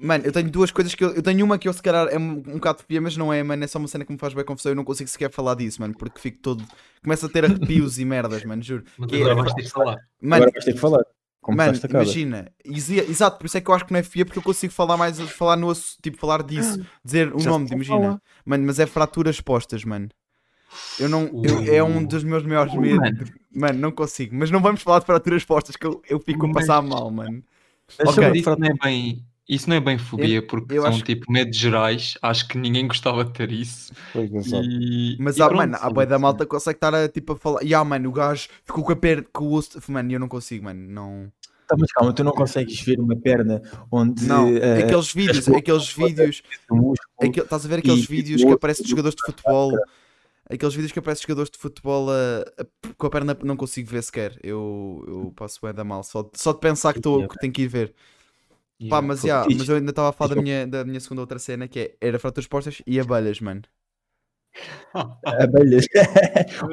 [SPEAKER 4] Mano, eu tenho duas coisas que eu. Eu tenho uma que eu se calhar é um, um bocado de fia, mas não é, mano. É só uma cena que me faz bem confusão. Eu não consigo sequer falar disso, mano, porque fico todo. Começo a ter arrepios e merdas, mano, juro.
[SPEAKER 3] Mas
[SPEAKER 4] Que
[SPEAKER 3] agora
[SPEAKER 4] é-
[SPEAKER 3] vais ter de falar.
[SPEAKER 4] Mano,
[SPEAKER 1] Agora vais ter que falar. Como
[SPEAKER 4] Mano,
[SPEAKER 1] estás tacada.
[SPEAKER 4] imagina, Exa- exato, por isso é que eu acho que não é FIA, porque eu consigo falar mais, falar no ass- tipo, falar disso, dizer o
[SPEAKER 5] Já
[SPEAKER 4] nome,
[SPEAKER 5] se
[SPEAKER 4] imagina.
[SPEAKER 5] fala.
[SPEAKER 4] Mano, mas é fraturas postas, mano. Eu não, eu- é um dos meus maiores medos. Mano. não consigo, mas não vamos falar de fraturas postas, que eu, eu fico a
[SPEAKER 3] Mas-
[SPEAKER 4] passar mal, mano.
[SPEAKER 1] Deixa-me
[SPEAKER 4] Ok.
[SPEAKER 1] ver
[SPEAKER 3] Isso
[SPEAKER 1] fra-
[SPEAKER 3] não é bem, isso não é bem fobia, porque
[SPEAKER 4] eu
[SPEAKER 3] são
[SPEAKER 4] acho
[SPEAKER 3] tipo medos gerais. Acho que ninguém gostava de ter isso.
[SPEAKER 6] Pois, Gonçalo.
[SPEAKER 3] E,
[SPEAKER 4] Mas,
[SPEAKER 3] e
[SPEAKER 4] há,
[SPEAKER 3] pronto,
[SPEAKER 4] mano, a boia da malta consegue estar a, tipo, a falar. E ah, mano, o gajo ficou com a perna, com o osso. Mano, eu não consigo, mano, não.
[SPEAKER 1] Tá, mas calma, tu não consegues ver uma perna onde
[SPEAKER 4] Não, é
[SPEAKER 1] eh,
[SPEAKER 4] aqueles vídeos,
[SPEAKER 1] desculpa,
[SPEAKER 4] aqueles vídeos.
[SPEAKER 1] o músculo.
[SPEAKER 4] Aquele- É estás a ver aqueles
[SPEAKER 1] E, tipo,
[SPEAKER 4] vídeos que
[SPEAKER 1] o-
[SPEAKER 4] aparecem de jogadores de futebol? Aqueles vídeos que aparecem de jogadores de futebol a- a- com a perna não consigo ver sequer. Eu, eu passo bem da mal, só, de- só de pensar que, tô, que tenho que ir ver. Pá,
[SPEAKER 3] Yeah.
[SPEAKER 4] mas,
[SPEAKER 1] pô,
[SPEAKER 4] já,
[SPEAKER 1] isto-
[SPEAKER 4] mas eu ainda estava a falar da
[SPEAKER 1] isto-
[SPEAKER 4] minha, da minha segunda outra cena que é, era fraturas postas e abelhas, mano.
[SPEAKER 1] é Abelhas.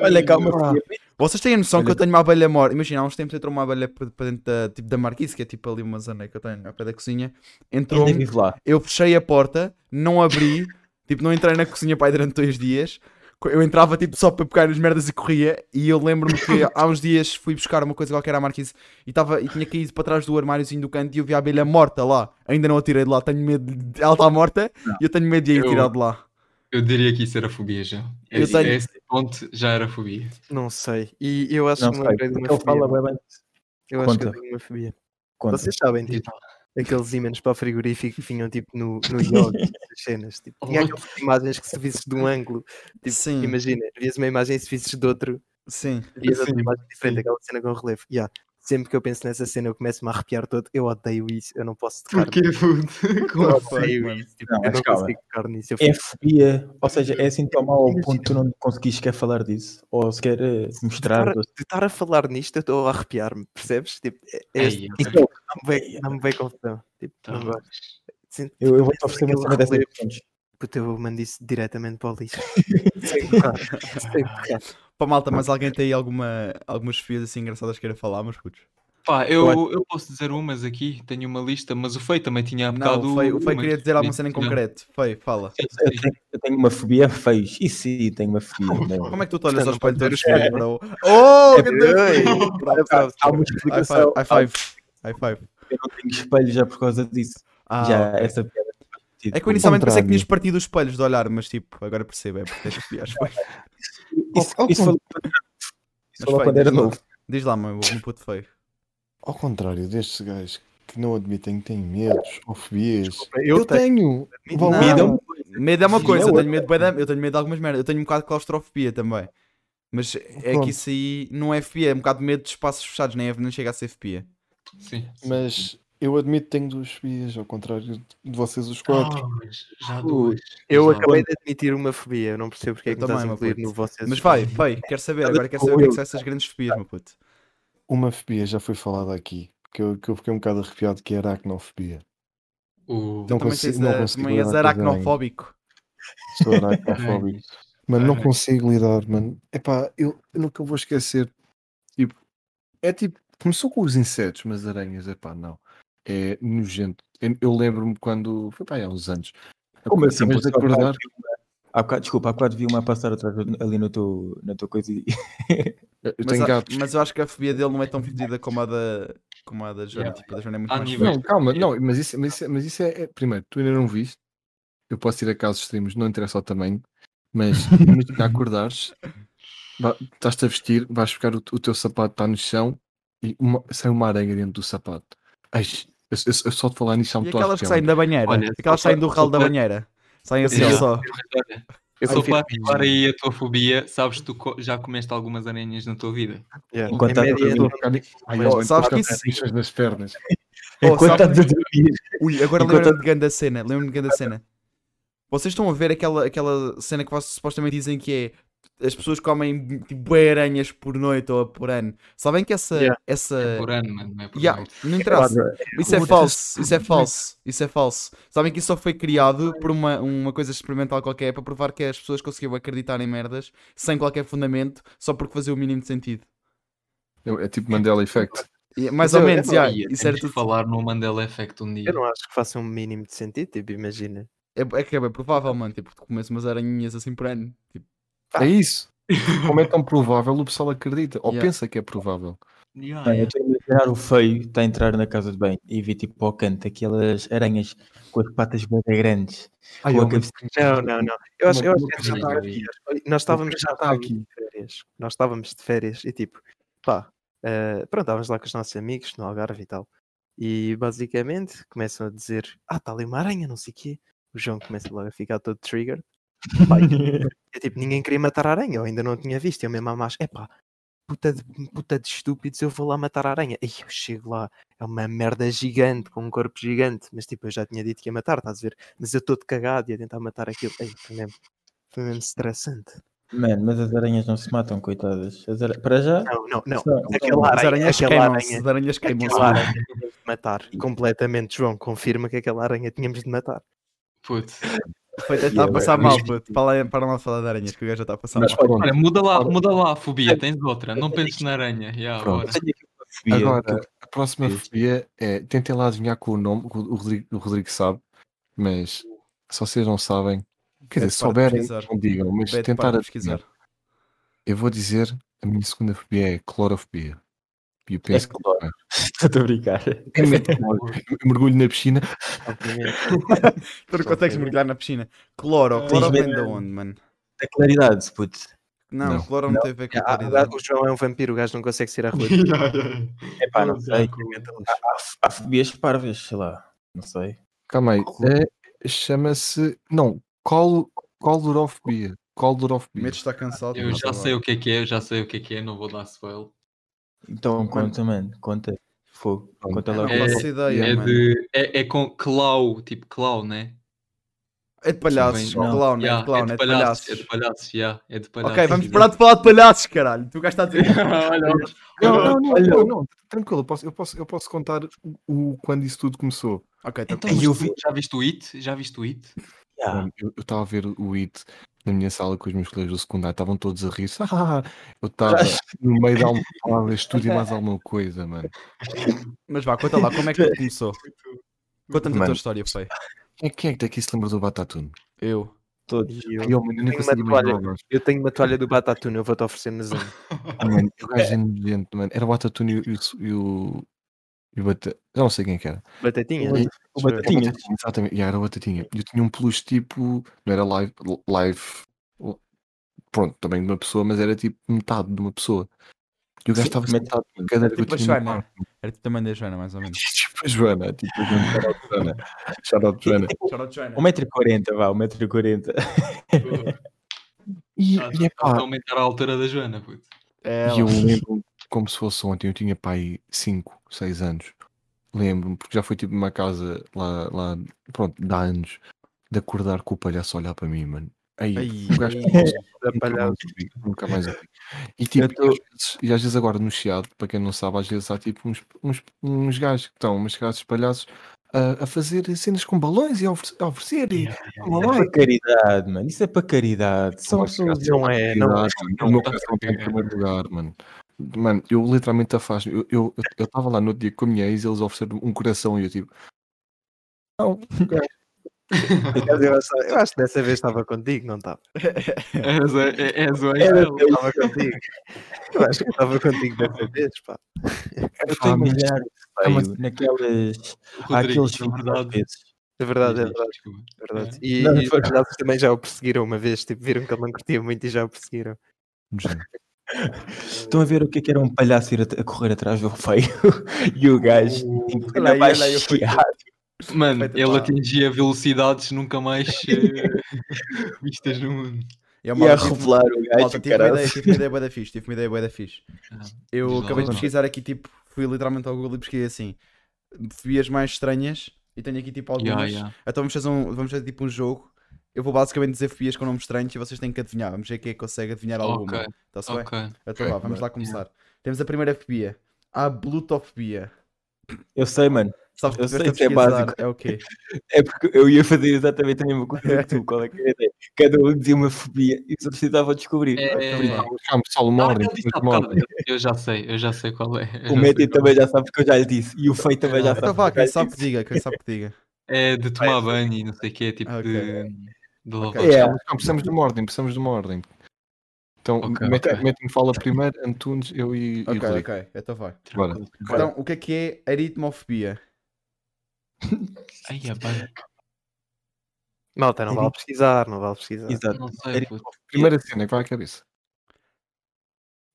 [SPEAKER 1] Olha, calma, Filipe.
[SPEAKER 4] Vocês têm a noção que
[SPEAKER 1] Olha-
[SPEAKER 4] eu tenho uma abelha morta. Imagina, há uns tempos entrou uma abelha para para dentro da, tipo, da marquise, que é tipo ali uma zona que eu tenho ao pé da cozinha. Entrou, um
[SPEAKER 1] ainda vive lá.
[SPEAKER 4] eu fechei a porta, não abri, tipo, não entrei na cozinha pai durante dois dias. Co- Eu entrava tipo só para pegar as merdas e corria. E eu lembro-me que há uns dias fui buscar uma coisa qualquer à Marquise e, tava, e tinha caído para trás do armáriozinho do canto e eu vi a abelha morta lá. Ainda não a tirei de lá, tenho medo. De... Ela está morta e eu tenho medo de a ir
[SPEAKER 3] Eu-
[SPEAKER 4] tirar de lá.
[SPEAKER 3] Eu diria que isso era fobia já.
[SPEAKER 4] Eu
[SPEAKER 3] Esse,
[SPEAKER 4] tenho-
[SPEAKER 3] esse ponto já era fobia.
[SPEAKER 5] Não sei. E eu acho
[SPEAKER 1] Não
[SPEAKER 5] que
[SPEAKER 1] sei,
[SPEAKER 5] me lembrei de
[SPEAKER 1] porque
[SPEAKER 5] uma
[SPEAKER 1] ele
[SPEAKER 5] fobia.
[SPEAKER 1] fala bem bem.
[SPEAKER 5] Eu acho que eu
[SPEAKER 1] Conta.
[SPEAKER 5] tenho uma fobia.
[SPEAKER 1] Conta.
[SPEAKER 5] Vocês sabem, tipo, aqueles ímãs para o frigorífico que vinham tipo no, no iogurte, as cenas. Tipo, tinha aquelas imagens que se visses de um ângulo, tipo,
[SPEAKER 1] Hum.
[SPEAKER 4] Sim.
[SPEAKER 5] imagina, vias uma imagem e se visses de outro,
[SPEAKER 4] Sim.
[SPEAKER 5] vias outra
[SPEAKER 3] Sim,
[SPEAKER 5] imagem diferente,
[SPEAKER 3] sim.
[SPEAKER 5] aquela cena com relevo. Yeah. Sempre que eu penso nessa cena, eu começo-me a arrepiar todo. Eu odeio isso, eu não posso tocar.
[SPEAKER 3] Porque
[SPEAKER 5] Eu
[SPEAKER 4] assim?
[SPEAKER 3] puto.
[SPEAKER 5] odeio
[SPEAKER 4] mano.
[SPEAKER 5] isso, tipo,
[SPEAKER 1] Não,
[SPEAKER 5] eu
[SPEAKER 1] mas
[SPEAKER 5] não
[SPEAKER 1] calma.
[SPEAKER 5] consigo tocar nisso. Eu
[SPEAKER 1] É
[SPEAKER 5] fico,
[SPEAKER 1] fobia, ou seja, é assim tão mau ao ponto que tu não conseguis sequer falar disso, ou sequer eh, mostrar.
[SPEAKER 5] de, estar, de estar a falar nisto, eu estou a arrepiar-me, percebes? Tipo, é, é,
[SPEAKER 3] Ei,
[SPEAKER 5] este-
[SPEAKER 3] eu-
[SPEAKER 5] isto não me vem- não me vem confusão. Tipo, não
[SPEAKER 3] Então,
[SPEAKER 5] gosto. Sinto-
[SPEAKER 1] Eu, eu vou
[SPEAKER 5] penso
[SPEAKER 1] te oferecer uma
[SPEAKER 5] naquele
[SPEAKER 1] cena dessas.
[SPEAKER 5] relevo.
[SPEAKER 1] opções.
[SPEAKER 5] Puta, eu mando isso diretamente para o lixo. Sem tocar, sem tocar.
[SPEAKER 4] Pá, malta, mas alguém tem aí alguma, algumas fias assim engraçadas queira falar, mas putos.
[SPEAKER 3] Pá, eu, eu posso dizer umas aqui, tenho uma lista, mas o Fei também tinha há bocado.
[SPEAKER 4] Não, o Fei, o Fei
[SPEAKER 3] umas.
[SPEAKER 4] queria dizer alguma cena em
[SPEAKER 3] Não.
[SPEAKER 4] concreto. Fei, fala.
[SPEAKER 3] Sim,
[SPEAKER 1] Eu
[SPEAKER 3] sim.
[SPEAKER 1] tenho, eu tenho uma fobia a feios. E sim, tenho uma fobia. né?
[SPEAKER 4] Como é que tu te olhas
[SPEAKER 5] Portanto,
[SPEAKER 4] ao
[SPEAKER 5] não pode
[SPEAKER 4] espelho todo
[SPEAKER 5] dizer
[SPEAKER 6] é.
[SPEAKER 4] espelho, bro? Oh, que
[SPEAKER 5] Ei,
[SPEAKER 4] Deus!
[SPEAKER 5] bravo,
[SPEAKER 1] Há uma
[SPEAKER 4] High
[SPEAKER 1] explicação.
[SPEAKER 4] five, high five, high five.
[SPEAKER 1] Eu não tenho espelho já por causa disso.
[SPEAKER 4] Ah,
[SPEAKER 1] já
[SPEAKER 4] ok.
[SPEAKER 1] essa tipo, piada. faz sentido.
[SPEAKER 4] É que eu inicialmente pensei que
[SPEAKER 1] Contrário.
[SPEAKER 4] tinhas partido os espelhos de olhar, mas tipo, agora percebo, é porque tens que espiar espelhos.
[SPEAKER 1] Isso, isso falou isso falou
[SPEAKER 4] Mas
[SPEAKER 1] quando
[SPEAKER 4] foi,
[SPEAKER 1] era
[SPEAKER 4] diz lá.
[SPEAKER 1] novo.
[SPEAKER 4] Diz lá, meu um puto feio.
[SPEAKER 6] Ao contrário destes gajos que não admitem que têm medos ou fobias.
[SPEAKER 5] Eu tenho.
[SPEAKER 6] tenho. Vão lá.
[SPEAKER 1] Ah.
[SPEAKER 4] Medo, é uma- medo é uma
[SPEAKER 1] Sim, é
[SPEAKER 4] coisa, eu
[SPEAKER 1] outra.
[SPEAKER 4] tenho medo, bué da- eu tenho medo de algumas merdas, eu tenho um bocado de claustrofobia também. Mas é
[SPEAKER 6] Pronto.
[SPEAKER 4] que isso aí não é fobia, é um bocado de medo de espaços fechados, nem, é, nem chega a ser fobia.
[SPEAKER 3] Sim.
[SPEAKER 6] Mas eu admito que tenho duas fobias, ao contrário de vocês os quatro.
[SPEAKER 3] Ah, mas já duas.
[SPEAKER 5] Eu
[SPEAKER 3] Já.
[SPEAKER 5] acabei de admitir uma fobia, eu não percebo porque é
[SPEAKER 4] Eu
[SPEAKER 5] que me estás a
[SPEAKER 4] também,
[SPEAKER 5] incluir
[SPEAKER 4] meu
[SPEAKER 5] no vocês.
[SPEAKER 4] Mas vai, feio, quero saber, agora quero saber o que é que são essas grandes fobias, meu puto.
[SPEAKER 6] Uma fobia já foi falada aqui, que eu, que eu fiquei um bocado arrepiado, que é a aracnofobia.
[SPEAKER 3] O-
[SPEAKER 6] Não
[SPEAKER 4] Também,
[SPEAKER 6] consigo-
[SPEAKER 4] tens
[SPEAKER 6] não
[SPEAKER 4] a-
[SPEAKER 6] consigo
[SPEAKER 4] também és
[SPEAKER 6] lidar com as
[SPEAKER 4] aracnofóbico.
[SPEAKER 6] Sou
[SPEAKER 2] é
[SPEAKER 6] aracnofóbico. Mano, não consigo lidar, mano. Epá, eu, eu nunca vou esquecer. Tipo, é tipo, começou com os insetos, mas aranhas, epá, não. É nojento. Eu, eu lembro-me quando, foi pá, há uns anos.
[SPEAKER 1] Como assim?
[SPEAKER 6] Acabas de
[SPEAKER 1] Porque há
[SPEAKER 6] acordar,
[SPEAKER 1] bocado vi uma- há bocado- desculpa, há bocado vi uma a passar atrás do- ali no teu, na tua coisa e
[SPEAKER 6] eu
[SPEAKER 4] Mas,
[SPEAKER 6] tenho
[SPEAKER 4] a-
[SPEAKER 6] gatos.
[SPEAKER 4] mas eu acho que a fobia dele não é tão fedida como a da, como a da Joana.
[SPEAKER 3] Yeah.
[SPEAKER 4] Tipo, a da Joana é muito
[SPEAKER 3] Há
[SPEAKER 4] mais
[SPEAKER 3] níveis.
[SPEAKER 4] fedida.
[SPEAKER 6] Não, calma, não, mas isso, mas isso, mas isso é, é- Primeiro, tu ainda não viste. Eu posso ir a casos extremos, não interessa o tamanho. Mas imagina acordares, vá- estás-te a vestir, vais buscar o, o teu sapato, está no chão e uma, sai uma aranha dentro do sapato. Ai, eu, eu- eu só de falar nisso já me
[SPEAKER 4] E
[SPEAKER 6] estou a
[SPEAKER 4] aquelas que
[SPEAKER 6] arrepiar.
[SPEAKER 4] saem da banheira?
[SPEAKER 3] Olha,
[SPEAKER 4] aquelas que
[SPEAKER 3] só
[SPEAKER 4] saem do
[SPEAKER 3] para-
[SPEAKER 4] ralo da
[SPEAKER 3] só para-
[SPEAKER 4] banheira? Saem assim
[SPEAKER 3] Yeah.
[SPEAKER 4] só.
[SPEAKER 3] Olha,
[SPEAKER 6] Eu
[SPEAKER 3] Só
[SPEAKER 6] fico-
[SPEAKER 3] para ativar aí a tua fobia, sabes que tu co- já comeste algumas aranhas na tua vida?
[SPEAKER 5] Yeah.
[SPEAKER 1] Enquanto
[SPEAKER 5] Em
[SPEAKER 1] há-
[SPEAKER 5] média,
[SPEAKER 6] eu estou a ficar- Ai, eu
[SPEAKER 4] Mas
[SPEAKER 6] estou a
[SPEAKER 4] sabes que
[SPEAKER 6] ficar
[SPEAKER 4] isso-
[SPEAKER 6] com as nas pernas.
[SPEAKER 4] Oh,
[SPEAKER 1] enquanto
[SPEAKER 4] sabe-
[SPEAKER 1] estás a dormir.
[SPEAKER 4] Ui, agora
[SPEAKER 1] Enquanto-
[SPEAKER 4] lembro-me de grande cena. Lembro-me de grande cena. Vocês estão a ver aquela, aquela cena que vocês supostamente dizem que é as pessoas comem tipo bué aranhas por noite ou por ano. Sabem que essa.
[SPEAKER 5] Yeah.
[SPEAKER 4] essa...
[SPEAKER 3] Por ano, mano, não é por
[SPEAKER 4] Eh, Yeah,
[SPEAKER 3] noite.
[SPEAKER 4] não interessa.
[SPEAKER 1] Claro,
[SPEAKER 4] Isso é
[SPEAKER 1] Como
[SPEAKER 4] falso, isso é falso, isso é falso. Sabem que isso só foi criado por uma, uma coisa experimental qualquer para provar que as pessoas conseguiam acreditar em merdas sem qualquer fundamento, só porque fazia o mínimo de sentido.
[SPEAKER 2] É, é tipo Mandela Effect.
[SPEAKER 4] E- mais
[SPEAKER 5] Mas
[SPEAKER 4] ou
[SPEAKER 5] eu-
[SPEAKER 4] menos,
[SPEAKER 5] eu
[SPEAKER 4] yeah,
[SPEAKER 3] Ia,
[SPEAKER 4] isso era
[SPEAKER 3] temos de
[SPEAKER 4] tudo-
[SPEAKER 3] falar no Mandela Effect um dia.
[SPEAKER 5] Eu não acho que faça um mínimo de sentido, tipo, imagina.
[SPEAKER 4] é, é que é bem provável, mano. Tipo, tu comes umas aranhinhas assim por ano. Tipo,
[SPEAKER 2] É isso. Como é tão provável, o pessoal acredita. Ou
[SPEAKER 4] Yeah.
[SPEAKER 2] pensa que é provável.
[SPEAKER 3] Yeah,
[SPEAKER 1] Bem, eu
[SPEAKER 3] yeah.
[SPEAKER 1] estou a imaginar o feio está a entrar na casa de banho e vi tipo ao canto aquelas aranhas com as patas bem grandes.
[SPEAKER 2] Ai,
[SPEAKER 1] com a
[SPEAKER 2] homem,
[SPEAKER 1] cabeça-
[SPEAKER 5] Não, não, não. Eu acho, eu acho
[SPEAKER 2] Uma
[SPEAKER 5] que é já
[SPEAKER 3] coisa
[SPEAKER 5] está aqui. Nós estávamos
[SPEAKER 2] já está aqui.
[SPEAKER 5] de férias. Nós estávamos de férias e tipo, pá, eh, pronto, estávamos lá com os nossos amigos no Algarve e tal. E basicamente começam a dizer: Ah, está ali uma aranha, não sei o quê. O João começa logo a ficar todo triggered. Pá, e- é tipo, ninguém queria matar a aranha, eu ainda não tinha visto. Eu mesmo a mais, epá, puta de, puta de estúpidos, eu vou lá matar a aranha. E eu chego lá, é uma merda gigante, com um corpo gigante. Mas tipo, eu já tinha dito que ia matar, estás a ver? Mas eu estou de cagado e a tentar matar aquilo. Ei, foi mesmo, foi mesmo estressante.
[SPEAKER 1] Mano, mas as aranhas não se matam, coitadas. As ara- Para já,
[SPEAKER 5] Não, Ah, não, não.
[SPEAKER 1] Não,
[SPEAKER 5] Aquela
[SPEAKER 4] as
[SPEAKER 5] aranha,
[SPEAKER 4] aranhas
[SPEAKER 5] aquela
[SPEAKER 4] queimam-se,
[SPEAKER 5] aranha,
[SPEAKER 4] as aranhas queimam-se.
[SPEAKER 5] aquela aranha tínhamos de matar completamente, João. Confirma que aquela aranha tínhamos de matar.
[SPEAKER 3] Puto.
[SPEAKER 4] Foi
[SPEAKER 1] eu-
[SPEAKER 4] tentar é tá passar
[SPEAKER 3] eu-
[SPEAKER 4] mal, puto. Para lá, para lá de falar de aranhas, que o gajo já está a passar
[SPEAKER 2] Mas
[SPEAKER 4] mal.
[SPEAKER 2] pronto,
[SPEAKER 3] Olha, muda lá, muda lá a fobia, tens outra. Não penses na aranha. Yeah,
[SPEAKER 2] Pronto.
[SPEAKER 3] bora.
[SPEAKER 1] tenho aqui uma fobia.
[SPEAKER 2] agora, a próxima
[SPEAKER 1] Sim.
[SPEAKER 2] fobia é. Tentem lá adivinhar com o nome, que o o Rodrigo, o Rodrigo sabe, mas se vocês não sabem, quer dizer,
[SPEAKER 4] Pede
[SPEAKER 2] se
[SPEAKER 4] para
[SPEAKER 2] souberem,
[SPEAKER 4] pesquisar.
[SPEAKER 2] não digam, mas
[SPEAKER 4] Bem,
[SPEAKER 2] tentar
[SPEAKER 4] para
[SPEAKER 2] adivinhar.
[SPEAKER 4] pesquisar.
[SPEAKER 2] Eu vou dizer, a minha segunda fobia é clorofobia. E eu
[SPEAKER 1] É
[SPEAKER 2] penso que
[SPEAKER 1] claro. Estou a brincar.
[SPEAKER 2] tenho medo de cloro. Eu mergulho na piscina.
[SPEAKER 5] Obviamente.
[SPEAKER 4] Tu não consegues mergulhar na piscina. Cloro,
[SPEAKER 1] Tens
[SPEAKER 4] cloro vem
[SPEAKER 1] medo?
[SPEAKER 4] de onde, mano?
[SPEAKER 1] A É claridade, puto.
[SPEAKER 4] Não,
[SPEAKER 2] Não.
[SPEAKER 4] cloro não tem a ver com
[SPEAKER 5] Ah,
[SPEAKER 4] a
[SPEAKER 5] ah, o João é um vampiro, o gajo não consegue sair à rua.
[SPEAKER 1] É pá, não
[SPEAKER 3] Pois é,
[SPEAKER 1] sei.
[SPEAKER 3] com-
[SPEAKER 1] Há, há- há fobias parvas, sei lá. Não sei.
[SPEAKER 2] Calma aí. É- Chama-se. Não, col... colorofobia.
[SPEAKER 4] O
[SPEAKER 2] Colorofobia.
[SPEAKER 4] medo está cansado.
[SPEAKER 3] Eu já sei o que é que é, eu já sei o que é que é, não vou dar spoiler.
[SPEAKER 1] Então,
[SPEAKER 2] Mano.
[SPEAKER 1] conta, mano. Conta. Fogo. Conta
[SPEAKER 4] Não
[SPEAKER 1] logo.
[SPEAKER 3] É-
[SPEAKER 4] faço ideia,
[SPEAKER 3] É,
[SPEAKER 4] mano.
[SPEAKER 3] de, é, é com clau, tipo clau, né?
[SPEAKER 4] É de palhaços,
[SPEAKER 3] Sim,
[SPEAKER 1] bem, não.
[SPEAKER 4] clown, é
[SPEAKER 3] Yeah,
[SPEAKER 4] de clown, é de
[SPEAKER 3] É
[SPEAKER 4] palhaços.
[SPEAKER 3] de palhaços, yeah, é de palhaços.
[SPEAKER 4] Ok, vamos parar de falar de palhaços, caralho. Tu gastaste a dizer.
[SPEAKER 3] Olha,
[SPEAKER 2] Não, não, não, não, não, Tranquilo, eu posso, eu posso, eu posso contar o, o- quando isso tudo começou.
[SPEAKER 4] Ok, tá
[SPEAKER 3] Então,
[SPEAKER 1] E
[SPEAKER 3] mas
[SPEAKER 1] eu
[SPEAKER 3] tu
[SPEAKER 1] vi-
[SPEAKER 3] já viste o It? Já viste o It?
[SPEAKER 1] Yeah.
[SPEAKER 2] Mano, Eu eu estava a ver o IT na minha sala com os meus colegas do secundário, estavam todos a rir. Ah, eu estava no meio da almofada, estudo e mais alguma coisa, mano.
[SPEAKER 4] Mas vá, conta lá, como é que tudo começou? Conta-me a tua
[SPEAKER 1] Mano.
[SPEAKER 4] história, foi.
[SPEAKER 2] Quem é, quem é que daqui se lembra do Batatune?
[SPEAKER 4] Eu.
[SPEAKER 1] Todos.
[SPEAKER 5] E
[SPEAKER 2] Ai,
[SPEAKER 5] Eu,
[SPEAKER 2] eu, mano, eu nem
[SPEAKER 5] Tenho
[SPEAKER 2] consigo
[SPEAKER 5] uma toalha.
[SPEAKER 2] imaginar. o gajo.
[SPEAKER 5] eu tenho uma toalha do Batatuna, eu vou-te oferecer hum, no Zoom.
[SPEAKER 2] Ah, mano, o gajo é nojento, mano. Era o Batatune e o- e o. E o, e o Bata- Eu não sei quem é que era.
[SPEAKER 5] Batatinha?
[SPEAKER 2] E-
[SPEAKER 1] O Batatinha.
[SPEAKER 2] Batatinha, Exatamente, e era o Batatinha. Eu tinha um peluche tipo, não era live, live, pronto, também de uma pessoa, mas era tipo metade de uma pessoa. E o gajo
[SPEAKER 1] Sim,
[SPEAKER 2] estava
[SPEAKER 1] metade,
[SPEAKER 2] sentado na cadeira que eu
[SPEAKER 4] Tipo a
[SPEAKER 2] tinha no
[SPEAKER 4] Joana.
[SPEAKER 2] quarto.
[SPEAKER 4] Era tipo também da Joana, mais ou menos.
[SPEAKER 2] Tipo a Joana, tipo a Joana, shout out Joana. Shout out Joana.
[SPEAKER 4] Shout out Joana.
[SPEAKER 1] 1,40m, vá, 1,40m.
[SPEAKER 2] E,
[SPEAKER 3] Ah,
[SPEAKER 2] e é
[SPEAKER 3] Estás a
[SPEAKER 2] pá,
[SPEAKER 3] aumentar a altura da Joana, puto.
[SPEAKER 4] É,
[SPEAKER 2] e eu lembro como se fosse ontem, eu tinha pai 5, 6 anos. Lembro-me, porque já foi tipo numa casa lá, lá, pronto, de há anos, de acordar com o palhaço a olhar para mim, mano. Aí,
[SPEAKER 4] Ai.
[SPEAKER 2] o é gajo Nunca mais ouvi, Nunca mais ouvi. E, tipo,
[SPEAKER 1] Eu
[SPEAKER 2] e
[SPEAKER 1] tô-
[SPEAKER 2] às vezes, e às vezes agora no Chiado, para quem não sabe, às vezes há tipo uns, uns, uns gajos que estão, uns gajos palhaços, a, a fazer cenas com balões e a oferecer. A oferecer e,
[SPEAKER 1] Isso é para caridade, mano. Isso é para caridade. São
[SPEAKER 2] Mas,
[SPEAKER 1] pessoas.
[SPEAKER 5] Não é, não é.
[SPEAKER 2] o
[SPEAKER 4] tá
[SPEAKER 2] meu coração está
[SPEAKER 4] é.
[SPEAKER 2] em primeiro lugar, mano. Mano, eu literalmente afasto. Eu estava eu, eu tava lá no outro dia com a minha ex, eles ofereceram um coração e eu tipo. Não,
[SPEAKER 5] Eu acho, eu acho que dessa vez estava contigo, não estava?
[SPEAKER 3] És a- é- és o
[SPEAKER 5] Eu
[SPEAKER 3] Axel.
[SPEAKER 5] estava contigo. Eu acho que estava contigo dessa vez, pá.
[SPEAKER 1] Eu estou a
[SPEAKER 2] mas-
[SPEAKER 1] imaginar
[SPEAKER 2] é uma-
[SPEAKER 1] feio naquelas. Há
[SPEAKER 3] Rodrigo,
[SPEAKER 1] aqueles
[SPEAKER 3] na
[SPEAKER 1] filmes às
[SPEAKER 3] verdade.
[SPEAKER 1] vezes.
[SPEAKER 5] É verdade, é
[SPEAKER 3] diz, diz,
[SPEAKER 5] verdade.
[SPEAKER 3] desculpa.
[SPEAKER 5] é verdade. E,
[SPEAKER 1] Não,
[SPEAKER 5] e
[SPEAKER 1] foi-
[SPEAKER 5] os palhaços também já o perseguiram uma vez, tipo, viram que ele não curtia muito e já o perseguiram.
[SPEAKER 2] nojento.
[SPEAKER 1] Estão a ver o que é que era um palhaço ir a, a correr atrás do feio e o gajo tipo,
[SPEAKER 4] olha aí, olha aí, eu fui-
[SPEAKER 1] baixeado.
[SPEAKER 3] Mano,
[SPEAKER 4] Feito,
[SPEAKER 3] ele
[SPEAKER 4] pá.
[SPEAKER 3] atingia velocidades nunca mais eh, vistas no mundo.
[SPEAKER 4] É
[SPEAKER 1] e a
[SPEAKER 4] uma
[SPEAKER 1] revelar o
[SPEAKER 4] Malta,
[SPEAKER 1] gajo,
[SPEAKER 4] tive uma,
[SPEAKER 1] caralho.
[SPEAKER 4] ideia, tive uma ideia bué da fixe, tive uma ideia bué da fixe.
[SPEAKER 3] Ah,
[SPEAKER 4] Eu
[SPEAKER 3] diz
[SPEAKER 4] acabei
[SPEAKER 3] lá,
[SPEAKER 4] de
[SPEAKER 3] diz lá.
[SPEAKER 4] pesquisar aqui, tipo, fui literalmente ao Google e pesquisei assim, fobias mais estranhas, e tenho aqui tipo algumas.
[SPEAKER 3] Yeah, yeah.
[SPEAKER 4] Então vamos fazer, um, vamos fazer tipo um jogo, eu vou basicamente dizer fobias com nomes estranhos e vocês têm que adivinhar. Vamos ver quem é que consegue adivinhar alguma.
[SPEAKER 3] Ok.
[SPEAKER 4] Está-se bem?
[SPEAKER 3] Ok.
[SPEAKER 4] Então vá, vamos lá começar. Temos a primeira fobia. A blutofobia.
[SPEAKER 1] Eu sei, mano.
[SPEAKER 4] Sabes que
[SPEAKER 1] Eu
[SPEAKER 4] tiveste
[SPEAKER 1] sei
[SPEAKER 4] a
[SPEAKER 1] que é
[SPEAKER 4] pesquisar,
[SPEAKER 1] básico.
[SPEAKER 4] É o quê?
[SPEAKER 1] É porque eu ia fazer exatamente a mesma coisa que tu. Qual é que era a ideia? Cada um dizia uma fobia e só precisava descobrir.
[SPEAKER 3] É-
[SPEAKER 2] Calma, pessoal, uma
[SPEAKER 3] Ah,
[SPEAKER 2] ordem.
[SPEAKER 3] ele disse há
[SPEAKER 2] uma
[SPEAKER 3] bocado.
[SPEAKER 2] ordem.
[SPEAKER 3] Eu- Eu já sei, eu já sei qual é. Eu já
[SPEAKER 1] O
[SPEAKER 3] sei
[SPEAKER 1] Matty
[SPEAKER 3] qual
[SPEAKER 1] também já sabe porque eu já lhe disse. E o Feio também já sabe.
[SPEAKER 4] Então vá,
[SPEAKER 1] porque eu
[SPEAKER 4] quem
[SPEAKER 1] já lhe
[SPEAKER 4] sabe que diga, quem sabe que diga.
[SPEAKER 3] é. É de tomar banho e não sei o que, é tipo
[SPEAKER 4] Ok.
[SPEAKER 3] de, de lavar.
[SPEAKER 1] disse. É,
[SPEAKER 2] Não, precisamos de uma ordem, precisamos de uma ordem. Então,
[SPEAKER 3] Ok,
[SPEAKER 2] mete-
[SPEAKER 3] ok.
[SPEAKER 2] mete-me fala primeiro, Antunes, eu e, e
[SPEAKER 4] Ok,
[SPEAKER 2] Rodrigo.
[SPEAKER 4] ok, então vai.
[SPEAKER 2] Bora.
[SPEAKER 4] Então, o que é que é aritmofobia?
[SPEAKER 3] Ai, é bem.
[SPEAKER 5] Malta, não vale pesquisar, não vale pesquisar.
[SPEAKER 1] Exato.
[SPEAKER 3] Não sei, puto.
[SPEAKER 2] Primeira cena que vai à cabeça.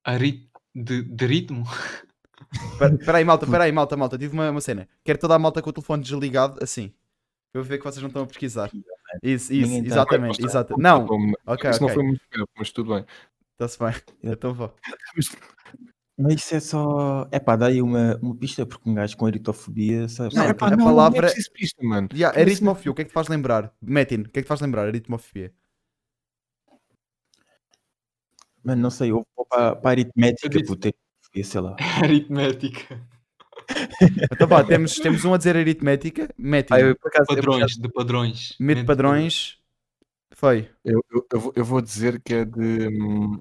[SPEAKER 3] A rit- de, de ritmo?
[SPEAKER 4] Pera- Peraí, malta, peraí, malta, malta. Tive uma, uma cena. Quero toda a malta com o telefone desligado, assim. Eu vou ver que vocês não estão a pesquisar. Isso, isso,
[SPEAKER 1] Ninguém tá.
[SPEAKER 4] exatamente,
[SPEAKER 2] Vai,
[SPEAKER 4] exato. Não,
[SPEAKER 2] Como-
[SPEAKER 4] ok,
[SPEAKER 2] Então, Tipo, Isso não foi
[SPEAKER 4] ok.
[SPEAKER 2] muito bem, mas tudo bem.
[SPEAKER 4] Está-se bem.
[SPEAKER 1] Yeah.
[SPEAKER 4] Então vá.
[SPEAKER 1] Mas isso é só. É pá, dá aí uma, uma pista, porque um gajo com eritofobia sabe.
[SPEAKER 4] Não,
[SPEAKER 1] sabe
[SPEAKER 4] é pá,
[SPEAKER 1] que-
[SPEAKER 4] a palavra-
[SPEAKER 2] é preciso pista, mano.
[SPEAKER 4] Yeah, aritmofobia, o que é que te faz lembrar? Metin, o que é que te faz lembrar? Aritmofobia.
[SPEAKER 1] Mano, não sei, eu vou para, para a aritmética,
[SPEAKER 3] Eu disse-
[SPEAKER 1] puto, eritofobia, sei lá.
[SPEAKER 3] Aritmética.
[SPEAKER 4] Então vá, temos, temos um a dizer aritmética, Metin.
[SPEAKER 5] Ah, eu, por acaso, eu, por
[SPEAKER 3] Padrões, de padrões.
[SPEAKER 4] Medo de padrões, feio.
[SPEAKER 2] Eu, eu, eu vou- eu vou dizer que é de. hum,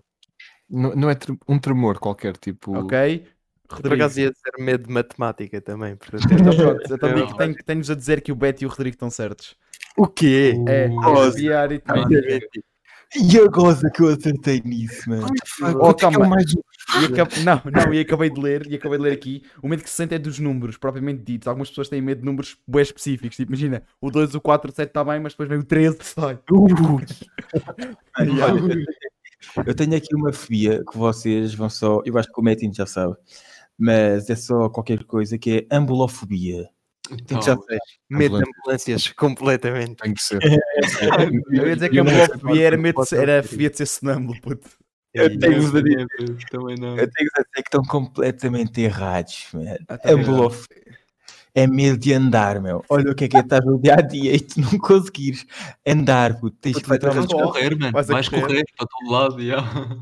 [SPEAKER 2] Não, não é tre- um tremor qualquer, tipo.
[SPEAKER 4] Ok.
[SPEAKER 5] acaso- Uh. por
[SPEAKER 4] Rodrigo.
[SPEAKER 5] acaso ia dizer medo de matemática também. portanto-
[SPEAKER 4] Então pronto, então
[SPEAKER 3] Não.
[SPEAKER 4] digo- tenho- Tenho-vos a dizer que o Beto e o Rodrigo estão certos.
[SPEAKER 1] O quê?
[SPEAKER 5] Uh.
[SPEAKER 4] É,
[SPEAKER 5] Oh,
[SPEAKER 1] Nossa.
[SPEAKER 4] fobia aritmética.
[SPEAKER 5] tipo,
[SPEAKER 3] Aritmética.
[SPEAKER 1] E a goza que eu acertei nisso, mano.
[SPEAKER 4] Oh, calma.
[SPEAKER 2] mais um.
[SPEAKER 4] E acab- Não, não, e acabei de ler, e acabei de ler aqui. O medo que se sente é dos números, propriamente dito. Algumas pessoas têm medo de números bem específicos. Tipo, imagina, o 2, o 4, o 7 está bem, mas depois vem o 13 que sai.
[SPEAKER 1] Mano, olha, eu tenho- eu tenho aqui uma fobia que vocês vão só. Eu acho que o Metin já sabe, mas é só qualquer coisa que é ambulofobia.
[SPEAKER 3] Então,
[SPEAKER 5] já sei. Medo de
[SPEAKER 2] Ambulância.
[SPEAKER 5] ambulâncias, completamente.
[SPEAKER 2] Tem que ser.
[SPEAKER 4] Eu ia dizer que a
[SPEAKER 2] não
[SPEAKER 4] minha
[SPEAKER 2] sei
[SPEAKER 4] fobia era, medo de ser- era a
[SPEAKER 5] Pode ser.
[SPEAKER 4] fobia de ser sonâmbulo, puto.
[SPEAKER 1] Eu tenho-vos a dizer
[SPEAKER 3] também também não.
[SPEAKER 1] eu tenho-vos a dizer que estão completamente errados, mano.
[SPEAKER 4] Ah, tá bem.
[SPEAKER 1] Ambulofobia. É medo de andar, meu. Olha o que é que é estás no dia a dia e tu não conseguires andar, puto. Tens
[SPEAKER 4] Puto,
[SPEAKER 1] que
[SPEAKER 4] vai ter
[SPEAKER 3] Vais
[SPEAKER 1] literalmente.
[SPEAKER 4] razão.
[SPEAKER 3] correr, mano.
[SPEAKER 4] Vais
[SPEAKER 3] Vais,
[SPEAKER 4] a correr.
[SPEAKER 3] correr. para todo lado. Yeah.